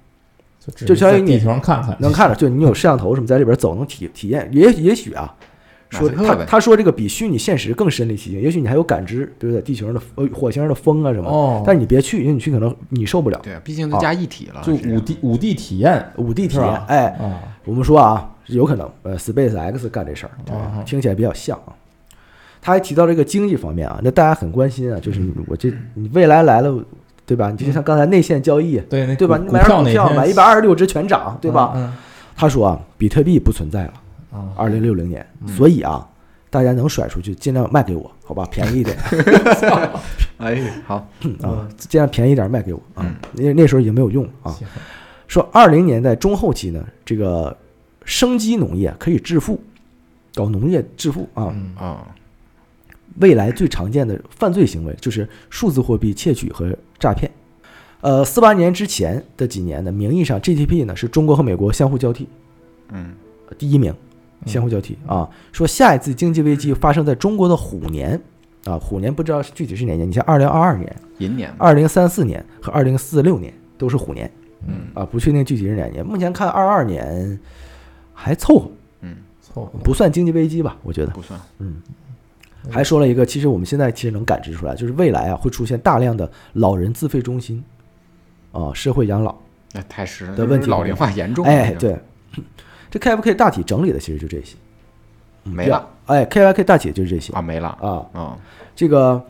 Speaker 4: 就只
Speaker 1: 就是相
Speaker 4: 在
Speaker 1: 当于你
Speaker 4: 地球上看看，
Speaker 1: 能看着，就你有摄像头什么在里边走，能体体验，也也许啊。 说
Speaker 2: 马斯克
Speaker 1: 他
Speaker 2: 呗
Speaker 1: 他说这个比虚拟现实更身临其境，也许你还有感知，比如在地球上的呃火星上的风啊什么的，
Speaker 4: 哦
Speaker 1: 但你别去，因为你去可能你受不了。
Speaker 2: 对，啊毕竟都加一体了，
Speaker 4: 就是
Speaker 2: 这
Speaker 4: 五
Speaker 2: 样
Speaker 4: D 五 D 体验
Speaker 1: 五 D 体
Speaker 4: 是
Speaker 1: 验
Speaker 4: 吧，
Speaker 1: 哎，
Speaker 4: 啊，
Speaker 1: 我们说啊，有可能，呃，Space X 干这事儿，对吧
Speaker 4: 啊
Speaker 1: 听起来比较像啊。他还提到这个经济方面啊，那大家很关心啊，就是
Speaker 4: 嗯
Speaker 1: 我这你未来来了，对吧？你就像刚才内线交易，
Speaker 4: 对，那
Speaker 1: 对吧？
Speaker 4: 嗯哎股
Speaker 1: 你买点
Speaker 4: 票
Speaker 1: 股
Speaker 4: 那
Speaker 1: 票，
Speaker 4: 天啊
Speaker 1: 买一百二十六只全涨，对吧？
Speaker 4: 嗯
Speaker 1: 他说啊，比特币不存在了，
Speaker 4: 嗯啊，
Speaker 1: 二零六零年，所以啊，大家能甩出去尽量卖给我， 好吧？便宜一点
Speaker 2: 哎，好，
Speaker 4: 嗯
Speaker 1: 啊，尽量便宜一点卖给我啊
Speaker 2: 嗯。
Speaker 1: 那那时候已经没有用了啊。
Speaker 4: 行
Speaker 1: 说二零年代中后期呢，这个生机农业可以致富，搞农业致富啊。
Speaker 4: 嗯
Speaker 2: 啊，
Speaker 1: 未来最常见的犯罪行为就是数字货币窃取和诈骗。呃，四八年之前的几年呢，名义上 GDP 呢是中国和美国相互交替，
Speaker 2: 嗯，
Speaker 1: 呃第一名，相互交替啊。说下一次经济危机发生在中国的虎年啊，虎年不知道具体是哪年，你像二零二二年、
Speaker 2: 银年吧，
Speaker 1: 二零三四年和二零四六年都是虎年
Speaker 2: 嗯
Speaker 1: 啊，不确定具体是哪年。目前看二二年还凑合，
Speaker 2: 嗯，
Speaker 4: 凑合
Speaker 1: 不算经济危机吧，我觉得。
Speaker 2: 不算，
Speaker 1: 还说了一个，其实我们现在其实能感知出来，就是未来啊会出现大量的老人自费中心，啊，社会养老。
Speaker 2: 那太实了，
Speaker 1: 的问题
Speaker 2: 老龄化严重，
Speaker 1: 哎，，对，这 KFK 大体整理的其实就这些，嗯
Speaker 2: 没了。
Speaker 1: 哎，KFK 大体就是这些
Speaker 2: 啊，没了，
Speaker 1: 啊。
Speaker 2: 啊，
Speaker 1: 这个，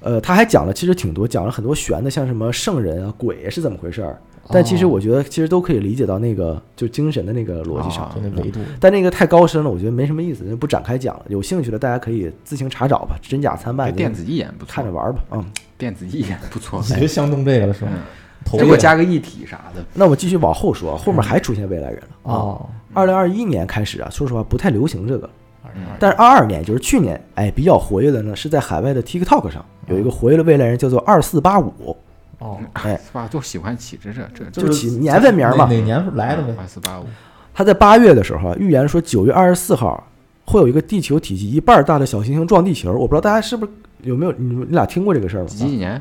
Speaker 1: 呃，他还讲了，其实挺多，讲了很多玄的，像什么圣人啊、鬼是怎么回事儿。但其实
Speaker 4: 哦
Speaker 1: 我觉得，其实都可以理解到那个就精神的那个逻辑
Speaker 3: 哦
Speaker 1: 上。
Speaker 2: 啊
Speaker 4: 就那维度，
Speaker 1: 但那个太高深了，我觉得没什么意思，就不展开讲了。有兴趣的大家可以自行查找吧，真假参半
Speaker 2: 这，电
Speaker 1: 子
Speaker 2: 子义眼不错，
Speaker 1: 看着玩儿吧。嗯，
Speaker 2: 电子义眼不错，
Speaker 3: 哎
Speaker 4: 你就相中这个了是吧
Speaker 2: 嗯？
Speaker 4: 头
Speaker 2: 如果加个一体啥的，
Speaker 1: 那我继续往后说，啊后面还出现未来人了啊。
Speaker 4: 哦，
Speaker 1: 二零二一年开始啊，说实话不太流行这个，
Speaker 4: 二零二
Speaker 1: 但是二二年就是去年，哎，比较活跃的呢是在海外的 TikTok 上有一个活跃的未来人叫做二四八五，
Speaker 4: 哦，
Speaker 1: 哎，
Speaker 2: 哇，都喜欢起这这这
Speaker 1: 就
Speaker 4: 就是
Speaker 1: 起年份名
Speaker 4: 哪
Speaker 1: 嘛
Speaker 4: 哪。年来的呗？
Speaker 2: 二四八五，
Speaker 1: 他在八月的时候啊预言说九月二十四号会有一个地球体积一半大的小行星撞地球，我不知道大家是不是有没有你们你俩听过这个事儿吗
Speaker 2: 几？几年？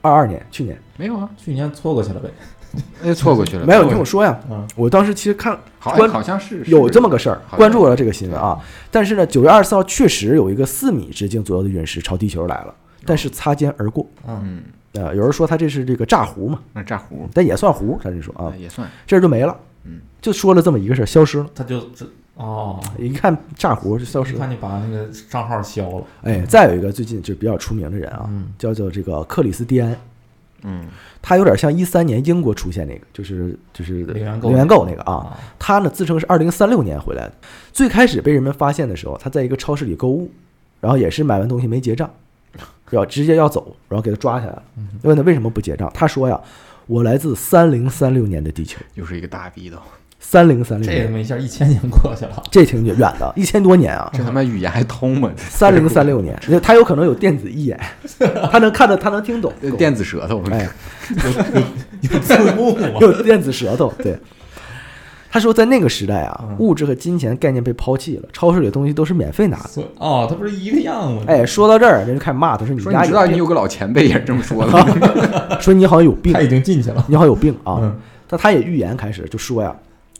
Speaker 1: 二二年，去年
Speaker 2: 没有啊，
Speaker 4: 去年错过去了呗？
Speaker 2: 那错过去了，
Speaker 1: 没有，
Speaker 2: 错
Speaker 1: 你听
Speaker 2: 过
Speaker 1: 我
Speaker 2: 去
Speaker 1: 说呀，
Speaker 4: 啊，
Speaker 1: 我当时其实看
Speaker 2: 了好
Speaker 1: 关
Speaker 2: 好像是
Speaker 1: 有这么个事儿，
Speaker 2: 好像
Speaker 1: 关注了这个新闻啊。但是呢，九月二十四号确实有一个四米直径左右的陨石朝地球
Speaker 2: 哦
Speaker 1: 来了，但是擦肩而过。
Speaker 4: 嗯，
Speaker 2: 嗯，
Speaker 1: 呃，有人说它这是这个炸湖嘛，
Speaker 2: 那炸糊
Speaker 1: 但也算湖，咱就说啊
Speaker 2: 那，也算，
Speaker 1: 这儿就没了
Speaker 2: 哎嗯，
Speaker 1: 就说了这么一个事儿，消失了。
Speaker 4: 他就这哦，
Speaker 1: 一看炸湖就消失
Speaker 4: 一
Speaker 2: 嗯
Speaker 1: 了。
Speaker 4: 看你把那个账号消了，
Speaker 1: 哎，再有一个最近就比较出名的人啊
Speaker 4: 嗯，
Speaker 1: 叫做这个克里斯蒂安，
Speaker 2: 嗯，
Speaker 1: 它有点像一三年英国出现那个，就是就是
Speaker 4: 零元购
Speaker 1: 零元购那个啊
Speaker 4: 啊。
Speaker 1: 它呢自称是二零三六年回来的，最开始被人们发现的时候，他在一个超市里购物，然后也是买完东西没结账，要直接要走，然后给他抓起来了。
Speaker 4: 嗯
Speaker 1: 问他为什么不结账，他说呀：“我来自三零三六年的地球，
Speaker 2: 又是一个大逼斗，
Speaker 1: 三零三六
Speaker 4: 这
Speaker 1: 年，
Speaker 4: 他妈一下一千年过去了，
Speaker 1: 这挺远的，一千多年啊。”
Speaker 2: 这他妈语言还通吗？
Speaker 1: 三零 三六年，他有可能有电子义眼，他能看得，他能听懂。
Speaker 2: 这电子舌头，
Speaker 1: 哎，
Speaker 4: 有字幕啊吗？
Speaker 1: 有电子舌头。对，他说在那个时代
Speaker 2: 嗯
Speaker 1: 啊，物质和金钱概念被抛弃了，超市里的东西都是免费拿的。
Speaker 4: 所以哦，它不是一个样吗？
Speaker 1: 哎，说到这儿，人就开始骂他，说你啊
Speaker 2: 说你
Speaker 1: 家
Speaker 2: 知
Speaker 1: 有
Speaker 2: 道你
Speaker 1: 病，
Speaker 2: 有个老前辈也是这么说的吗？
Speaker 1: 说你好像有病
Speaker 4: 他，已经进去了。
Speaker 1: 你好像有病啊
Speaker 4: 嗯。
Speaker 1: 但他也预言开始就说呀，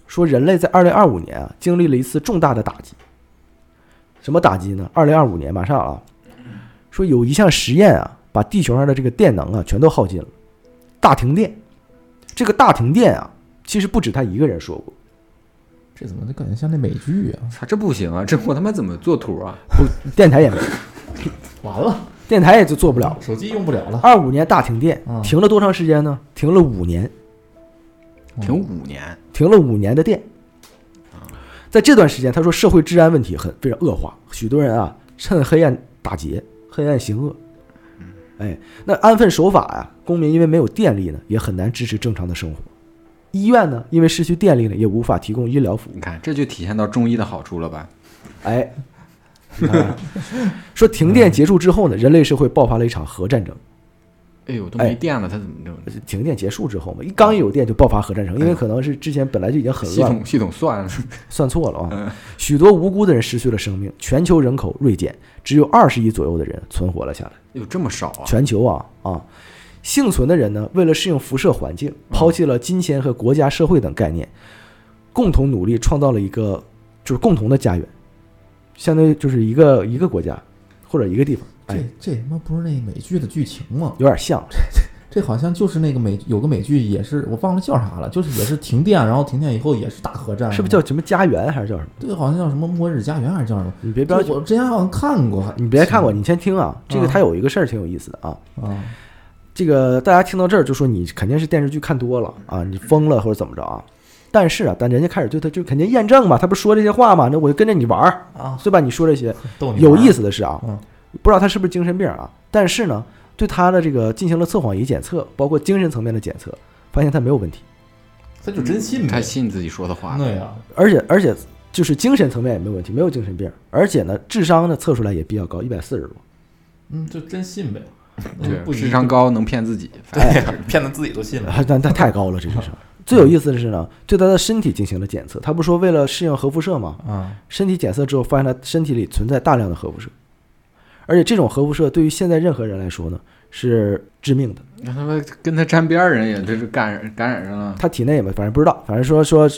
Speaker 1: 说人类在二零二五年啊，经历了一次重大的打击。什么打击呢？二零二五年马上啊，说有一项实验啊，把地球上的这个电能啊全都耗尽了，大停电。这个大停电啊，其实不止他一个人说过，
Speaker 4: 这怎么就感觉像那美剧啊？
Speaker 2: 操，这不行啊！这我他妈怎么做图啊？
Speaker 1: 不，电台也没有，
Speaker 4: 完了，
Speaker 1: 电台也就做不了了。
Speaker 4: 手机用不了了。
Speaker 1: 二五年大停电
Speaker 4: 嗯，
Speaker 1: 停了多长时间呢？停了五年，
Speaker 4: 嗯
Speaker 2: 停五年，
Speaker 1: 停了五年的电。在这段时间，他说社会治安问题很非常恶化，许多人啊趁黑暗打劫、黑暗行恶。哎，那安分守法呀、公民因为没有电力呢，也很难支持正常的生活。医院呢，因为失去电力呢，也无法提供医疗服务。
Speaker 2: 你看这就体现到中医的好处了吧？
Speaker 1: 哎，你看啊说停电结束之后呢，人类社会爆发了一场核战争。
Speaker 2: 哎呦，都
Speaker 1: 哎
Speaker 2: 没电了，他怎么整？
Speaker 1: 停电结束之后嘛，一刚一有电就爆发核战争，因为可能是之前本来就已经很
Speaker 2: 嗯系
Speaker 1: 乱了，
Speaker 2: 统嗯系统算了，
Speaker 1: 算错了啊，许多无辜的人失去了生命，全球人口锐减，只有二十亿左右的人存活了下来。
Speaker 2: 有这么少啊？
Speaker 1: 全球啊啊，幸存的人呢，为了适应辐射环境，抛弃了金钱和国家、社会等概念，共同努力创造了一个就是共同的家园，相当于就是一个一个国家或者一个地方，哎
Speaker 4: 这，这他妈不是那美剧的剧情吗？
Speaker 1: 有点像。
Speaker 4: 这好像就是那个美有个美剧也是我忘了叫啥了，就是也是停电，然后停电以后也是大核战，啊
Speaker 1: 是不是叫什么家园还是叫什么？
Speaker 4: 对，好像叫什么末日家园还是叫什么？
Speaker 1: 你别
Speaker 4: 这
Speaker 1: 标记，
Speaker 4: 我之前好像看过，
Speaker 1: 你别看我，你先听啊。这个它有一个事儿挺有意思的啊。
Speaker 4: 啊，
Speaker 1: 这个大家听到这儿就说你肯定是电视剧看多了啊，你疯了或者怎么着啊？但是啊，但人家开始对他就肯定验证嘛，他不是说这些话嘛，那我就跟着你玩儿
Speaker 4: 啊，
Speaker 1: 对吧？你说这些
Speaker 3: 哦
Speaker 4: 逗你
Speaker 1: 有意
Speaker 4: 思
Speaker 1: 思的是啊
Speaker 4: 嗯，
Speaker 1: 不知道他是不是精神病啊，但是呢，对他的这个进行了测谎仪检测，包括精神层面的检测，发现他没有问题，
Speaker 4: 他就真信
Speaker 2: 他
Speaker 4: 呗，
Speaker 2: 信自己说的话
Speaker 4: 对呀，
Speaker 1: 而且而且就是精神层面也没有问题，没有精神病，而且呢，智商呢测出来也比较高，一百四十多。
Speaker 4: 嗯，就真信呗，
Speaker 2: 对，
Speaker 4: 不
Speaker 2: 智商高能骗自己，反正
Speaker 1: 哎
Speaker 4: 对， 骗他自己都信了，
Speaker 1: 啊，但他太高了，这
Speaker 2: 嗯
Speaker 1: 就是。最有意思的是呢，对他的身体进行了检测，他不说为了适应核辐射吗？
Speaker 4: 啊，
Speaker 1: 身体检测之后发现他身体里存在大量的核辐射，而且这种核辐射对于现在任何人来说呢是致命的。
Speaker 2: 那他妈跟他沾边儿人也这是感染感染上了。
Speaker 1: 他体内也没，反正不知道，反正说说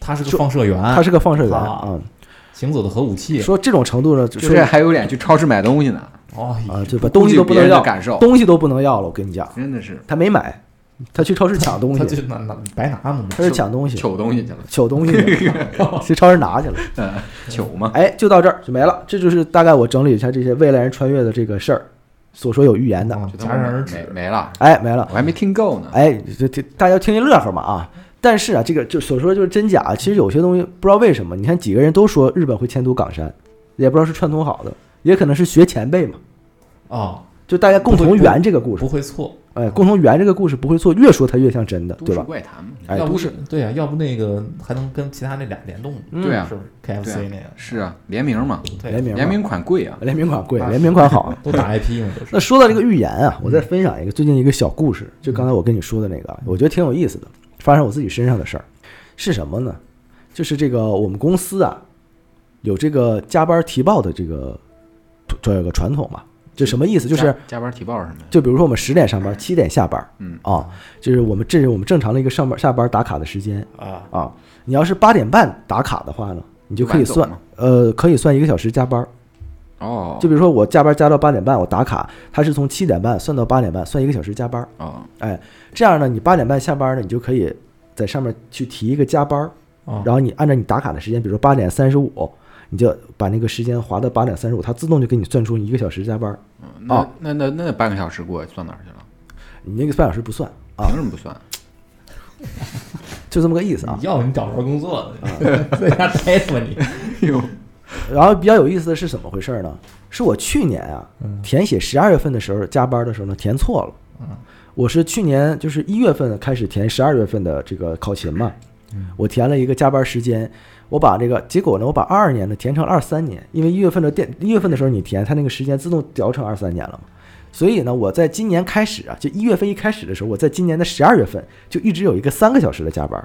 Speaker 4: 他是
Speaker 1: 就
Speaker 4: 个放射员，
Speaker 1: 他是个放射源啊
Speaker 4: 啊，行走的核武器，
Speaker 1: 说这种程度呢，就
Speaker 2: 就
Speaker 1: 说
Speaker 2: 这还有脸去超市买东西呢？
Speaker 4: 哦，
Speaker 1: 啊，对吧？东西都不
Speaker 2: 别
Speaker 1: 能
Speaker 2: 人的
Speaker 1: 要，
Speaker 2: 感受
Speaker 1: 东西都不能要了。我跟你讲，
Speaker 2: 真的是
Speaker 1: 他没买，他去超市抢东
Speaker 4: 他
Speaker 1: 西，
Speaker 4: 就拿拿白拿嘛，
Speaker 1: 他是抢东西，
Speaker 2: 糗东西去了，
Speaker 1: 抢东西去了，去超市拿去了。
Speaker 2: 嗯，糗吗？
Speaker 1: 哎，就到这儿就没了。这就是大概我整理一下这些未来人穿越的这个事儿，所说有预言的。
Speaker 4: 啊
Speaker 2: 就他
Speaker 4: 戛
Speaker 2: 妈
Speaker 4: 然而
Speaker 2: 没
Speaker 4: 止，
Speaker 2: 没了，
Speaker 1: 哎，没了。
Speaker 2: 我还没听够呢。
Speaker 1: 哎，这这大家听一乐呵嘛啊。但是啊，这个就所说就是真假，啊其实有些东西不知道为什么，你看几个人都说日本会迁都冈山，也不知道是串通好的，也可能是学前辈嘛，
Speaker 4: 啊，
Speaker 1: 就大家共同圆这个故事
Speaker 4: 不，会错，
Speaker 1: 哎，共同圆这个故事不会错，越说它越像真的，
Speaker 2: 都
Speaker 1: 对
Speaker 2: 市
Speaker 1: 吧？
Speaker 2: 怪谈嘛，
Speaker 1: 哎
Speaker 4: 要
Speaker 1: 都
Speaker 4: 不
Speaker 1: 是
Speaker 4: 对啊呀，要不那个还能跟其他那俩联动，
Speaker 2: 对啊
Speaker 4: 是不是
Speaker 2: 对
Speaker 4: KFC 那
Speaker 2: 啊
Speaker 4: 个，
Speaker 2: 是啊，联名嘛，
Speaker 4: 对
Speaker 1: 嗯联名嘛
Speaker 2: 联名款贵啊，
Speaker 1: 联名款贵，联名款好啊。
Speaker 4: 都打 IP 嘛，都是
Speaker 1: 那说到这个预言啊，
Speaker 2: 嗯
Speaker 1: 我再分享一个最近一个小故事，就刚才我跟你说的那个啊，我觉得挺有意思的，发生我自己身上的事儿，是什么呢？就是这个我们公司啊，有这个加班提报的这个这有个传统嘛，这什么意思？就是
Speaker 2: 加加班提报是什么呀？
Speaker 1: 就比如说我们十点上班，七点下班，
Speaker 2: 嗯
Speaker 1: 啊，就是我们这是我们正常的一个上班下班打卡的时间
Speaker 4: 啊，
Speaker 1: 啊。你要是八点半打卡的话呢，你就可以
Speaker 2: 晚走
Speaker 1: 算
Speaker 2: 吗
Speaker 1: 呃可以算一个小时加班儿。
Speaker 2: 哦，
Speaker 1: 就比如说我加班加到八点半，我打卡，他是从七点半算到八点半，算一个小时加班。
Speaker 2: 哦，
Speaker 1: 哎，这样呢，你八点半下班呢，你就可以在上面去提一个加班，
Speaker 4: 啊
Speaker 1: 然后你按照你打卡的时间，比如说八点三十五，你就把那个时间划到八点三十五，它自动就给你算出一个小时加班。
Speaker 2: 嗯那
Speaker 1: 哦
Speaker 2: 那那那半个小时过去算哪儿去了？
Speaker 1: 你那个半小时不算啊
Speaker 2: 凭，什么 不算？
Speaker 1: 就这么个意思啊。
Speaker 3: 要不你找不着工作 了，在家待死吧你。
Speaker 2: 哎呦，
Speaker 1: 然后比较有意思的是怎么回事呢？是我去年啊填写十二月份的时候加班的时候呢填错了。我是去年就是一月份开始填十二月份的这个考勤嘛，我填了一个加班时间，我把这个结果呢，我把二二年的填成二三年，因为一月份的电一月份的时候你填，它那个时间自动调成二三年了嘛。所以呢，我在今年开始啊，就一月份一开始的时候，我在今年的十二月份就一直有一个三个小时的加班，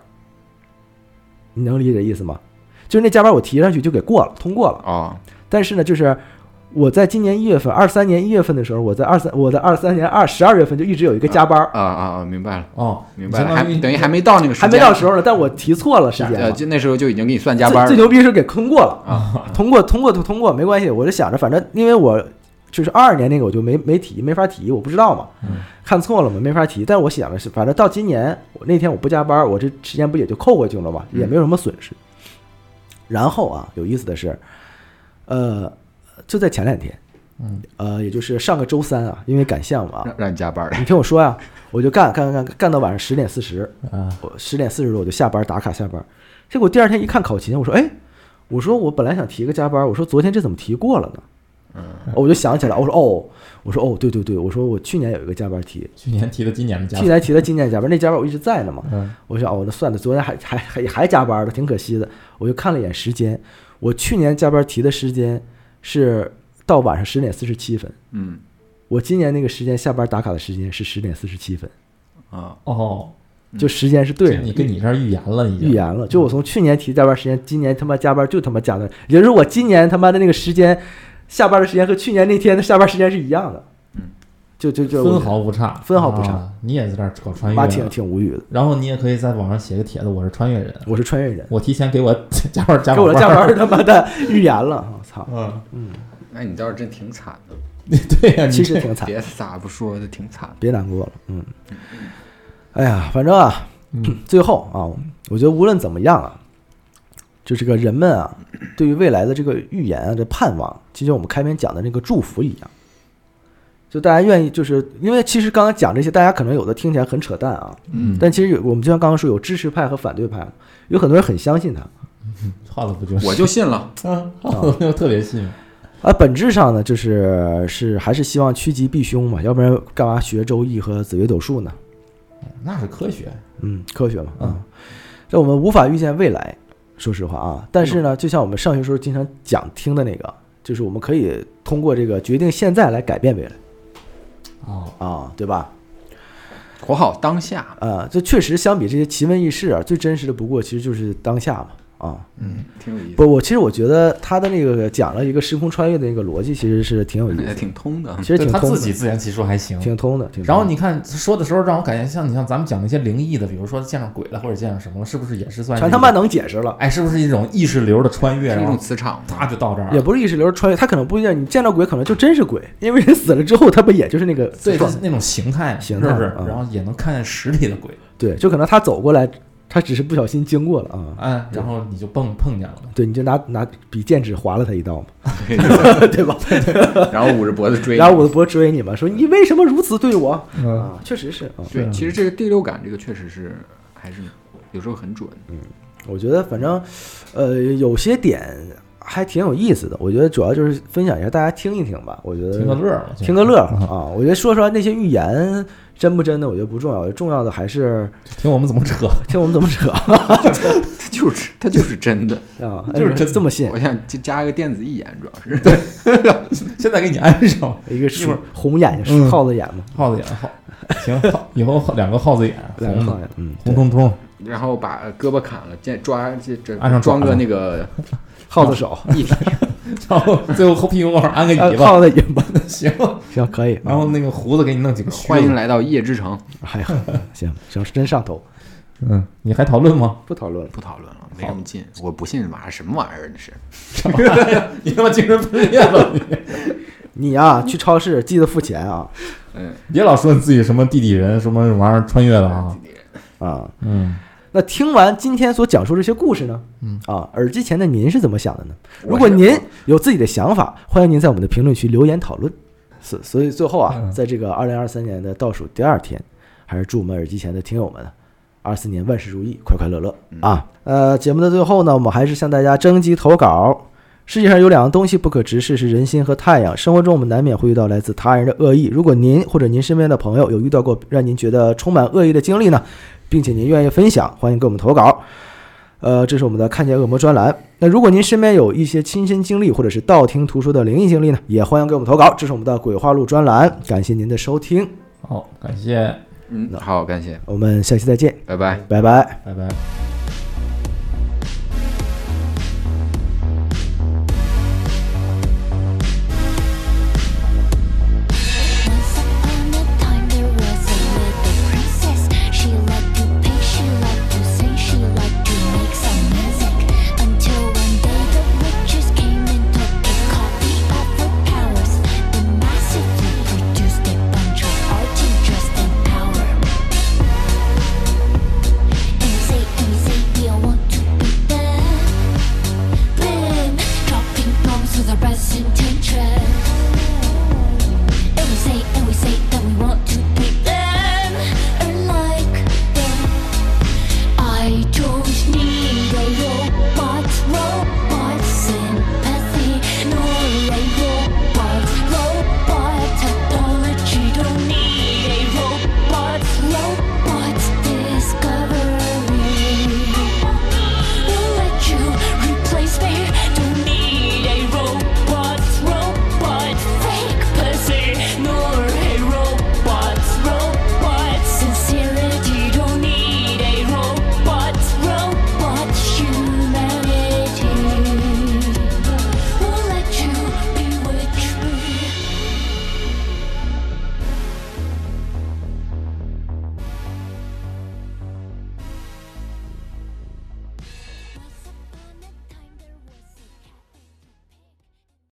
Speaker 1: 你能理解意思吗？就是那加班我提上去就给过了，通过了。
Speaker 2: 啊，
Speaker 1: 但是呢，就是我在今年一月份，二三年一月份的时候，我在二三我在二三年二十二月份就一直有一个加班，
Speaker 2: 啊啊啊！明白了，
Speaker 3: 哦，
Speaker 2: 明白了，
Speaker 3: 相当
Speaker 2: 还
Speaker 3: 于
Speaker 2: 等于还没到那个时
Speaker 1: 还
Speaker 2: 间，
Speaker 1: 没到时候呢，但我提错了时间
Speaker 2: 呃，
Speaker 1: 了。
Speaker 2: 就那时候就已经给你算加班
Speaker 1: 最最
Speaker 2: 了
Speaker 1: 牛逼是给通过了，
Speaker 2: 啊
Speaker 1: 通过通过通通过没关系，我就想着反正因为我就是二二年那个我就没没提，没法提，我不知道嘛，
Speaker 2: 嗯
Speaker 1: 看错了嘛，没法提。但我想的是，反正到今年我那天我不加班，我这时间不也就扣回去了嘛，
Speaker 2: 嗯
Speaker 1: 也没有什么损失。然后啊，有意思的是，呃，就在前两天，
Speaker 3: 嗯，
Speaker 1: 呃，也就是上个周三啊，因为赶项目啊，
Speaker 2: 让让你加班了
Speaker 1: 你听我说呀、我就干干干干到晚上十点四十，
Speaker 3: 啊，
Speaker 1: 我十点四十多我就下班打卡下班，结果第二天一看考勤，我说哎，我说我本来想提个加班，我说昨天这怎么提过了呢？嗯，我就想起来，我说哦，我说哦，对对对，我说我去年有一个加班提，
Speaker 3: 去年提的今年的加
Speaker 1: 去，年提的今年加班，那加班我一直在呢嘛，
Speaker 3: 嗯，
Speaker 1: 我想哦，那算了，昨天还还还还加班了，挺可惜的。我就看了一眼时间，我去年加班提的时间是到晚上十点四十七分，
Speaker 2: 嗯
Speaker 1: 我今年那个时间下班打卡的时间是十点四十七分，
Speaker 2: 啊，
Speaker 3: 哦，
Speaker 1: 就时间是对
Speaker 3: 这
Speaker 1: 的。
Speaker 3: 你跟你这儿预言了已经，
Speaker 1: 预言了，就我从去年提加班时间，今年他妈加班就他妈加的，也就是我今年他妈的那个时间，下班的时间和去年那天的下班时间是一样的，
Speaker 2: 嗯，
Speaker 1: 就就就
Speaker 3: 分毫不差，
Speaker 1: 分毫不差
Speaker 3: 啊，你也在这儿搞穿越
Speaker 1: 妈挺
Speaker 3: 了，
Speaker 1: 挺无语的，
Speaker 3: 然后你也可以在网上写个帖子，我是穿越人，
Speaker 1: 我是穿越人，
Speaker 3: 我提前给我 加班加
Speaker 1: 给我的加
Speaker 3: 班儿，
Speaker 1: 班他妈的 预言了，我 操，
Speaker 3: 嗯，
Speaker 2: 那哎你倒是真挺惨的，
Speaker 3: 对呀，你
Speaker 1: 其实挺惨，
Speaker 2: 别咋不说的，挺惨的。
Speaker 1: 别难过了，嗯，哎呀，反正啊，最后啊，我觉得无论怎么样啊，就这个人们啊，对于未来的这个预言啊，这盼望，就像我们开篇讲的那个祝福一样，就大家愿意，就是因为其实刚刚讲这些，大家可能有的听起来很扯淡啊，
Speaker 2: 嗯，
Speaker 1: 但其实有我们就像刚刚说，有支持派和反对派，有很多人很相信他
Speaker 3: 耗子不就是
Speaker 2: 我就信了，
Speaker 3: 嗯，耗子就特别信，
Speaker 1: 啊，本质上呢，就是是还是希望趋吉避凶嘛，要不然干嘛学周易和紫微斗数呢？
Speaker 3: 那是科学，
Speaker 1: 嗯，科学嘛，啊，这我们无法预见未来，说实话
Speaker 3: 嗯
Speaker 1: 啊。但是呢，就像我们上学时候经常讲听的那个，就是我们可以通过这个决定现在来改变未来
Speaker 3: 哦，
Speaker 1: 啊，对吧？
Speaker 2: 活好当下，
Speaker 1: 呃，这确实相比这些奇闻异事啊，最真实的不过其实就是当下嘛，啊，
Speaker 3: 嗯
Speaker 2: 挺有意思，
Speaker 1: 不，我其实我觉得他的那个讲了一个时空穿越的那个逻辑，其实是挺有意
Speaker 2: 也
Speaker 1: 思，
Speaker 2: 挺通的
Speaker 1: 其。实
Speaker 3: 嗯对
Speaker 1: 挺
Speaker 3: 他
Speaker 1: 通
Speaker 3: 自
Speaker 1: 的，
Speaker 3: 己自圆其说还行，
Speaker 1: 挺通的，挺通的。
Speaker 3: 然后你看说的时候，让我感觉像你像咱们讲那些灵异的，比如说见上鬼了或者见上什么了，是不是也是算
Speaker 1: 全
Speaker 3: 是
Speaker 1: 他
Speaker 3: 一
Speaker 1: 妈
Speaker 3: 种
Speaker 1: 能解释了。
Speaker 3: 哎，是不是一种意识流的穿越？
Speaker 2: 是一
Speaker 3: 然后
Speaker 2: 种磁场嘛
Speaker 3: 啪就到这儿
Speaker 1: 也
Speaker 3: 了。
Speaker 1: 不是意识流穿越，他可能不一样。你见到鬼，可能就真是鬼，因为人死了之后，他不也就是那个
Speaker 3: 对，就是那种形态，
Speaker 1: 形
Speaker 3: 是
Speaker 1: 态
Speaker 3: 不是？
Speaker 1: 嗯
Speaker 3: 然后也能看见实体的鬼，
Speaker 1: 对，就可能他走过来，他只是不小心经过了啊。
Speaker 3: 哎，然后你就碰碰见了。
Speaker 1: 对，你就拿拿笔剑指划了他一刀嘛， 对吧？
Speaker 2: 然后捂着脖子追你。
Speaker 1: 然后我的脖追你嘛，说你为什么如此对我？
Speaker 3: 嗯
Speaker 1: 啊，确实是啊。
Speaker 2: 对，其实这个第六感，这个确实是还是有时候很准。
Speaker 1: 我觉得反正，呃，有些点还挺有意思的。我觉得主要就是分享一下，大家听一听吧。我觉得
Speaker 3: 听个乐嗯儿，我觉得
Speaker 1: 听个乐儿啊。我觉得说出来那些预言真不真的，我觉得不重要，重要的还是
Speaker 3: 听我们怎么扯，
Speaker 1: 听我们怎么扯
Speaker 2: 它就是它就是真的，
Speaker 1: 啊，
Speaker 3: 就是真
Speaker 1: 这么信。
Speaker 2: 我想加加一个电子义眼，主要是
Speaker 3: 现在给你安上
Speaker 1: 一个
Speaker 3: 一会
Speaker 1: 是
Speaker 3: 儿
Speaker 1: 红眼睛，
Speaker 3: 嗯
Speaker 1: 是耗子眼嘛，
Speaker 3: 耗子眼，耗 行，耗以后两个耗子眼，
Speaker 1: 两个
Speaker 3: 红的
Speaker 1: 耗子眼，嗯，
Speaker 3: 红彤彤，
Speaker 2: 然后把胳膊砍了，见抓这这
Speaker 3: 安上爪
Speaker 2: 装个
Speaker 3: 子
Speaker 2: 那个
Speaker 1: 耗子手，
Speaker 2: 液体，
Speaker 3: 然后最后后屁股往上安个
Speaker 1: 呃
Speaker 3: 尾巴，
Speaker 1: 耗子尾巴，
Speaker 3: 行，
Speaker 1: 行，可以。啊
Speaker 3: 然后那个胡子给你弄几个须子
Speaker 2: 欢迎来到夜之城。
Speaker 1: 哎呀，行行，真上头，
Speaker 3: 嗯，你还讨论吗？
Speaker 1: 不讨论了。
Speaker 2: 不讨论了，没什么劲。我不信玩意儿什么玩意儿那是。
Speaker 3: 你他妈精神分裂了！你
Speaker 1: 你啊，去超市记得付钱啊
Speaker 2: 嗯，
Speaker 3: 别老说你自己什么地底人什么玩意儿穿越了啊！
Speaker 1: 啊！
Speaker 3: 嗯，
Speaker 1: 那听完今天所讲述这些故事呢，
Speaker 3: 嗯
Speaker 1: 啊，耳机前的您是怎么想的呢？
Speaker 2: 我
Speaker 1: 如果
Speaker 2: 是
Speaker 1: 您有自己的想法，欢迎您在我们的评论区留言讨论。所所以最后啊，
Speaker 3: 嗯
Speaker 1: 在这个二零二三年的倒数第二天，还是祝我们耳机前的听友们二四年万事如意，快快乐乐
Speaker 2: 嗯
Speaker 1: 啊！呃，节目的最后呢，我们还是向大家征集投稿。世界上有两样东西不可直视，是人心和太阳。生活中我们难免会遇到来自他人的恶意。如果您或者您身边的朋友有遇到过让您觉得充满恶意的经历呢，并且您愿意分享，欢迎给我们投稿。呃，这是我们的“看见恶魔”专栏。那如果您身边有一些亲身经历或者是道听途说的灵异经历呢，也欢迎给我们投稿。这是我们的“鬼话录”专栏，感谢您的收听，
Speaker 4: 好，感谢，
Speaker 2: 嗯，好，感谢，
Speaker 1: 我们下期再见，
Speaker 2: 拜拜。
Speaker 1: 拜拜。
Speaker 4: 拜拜。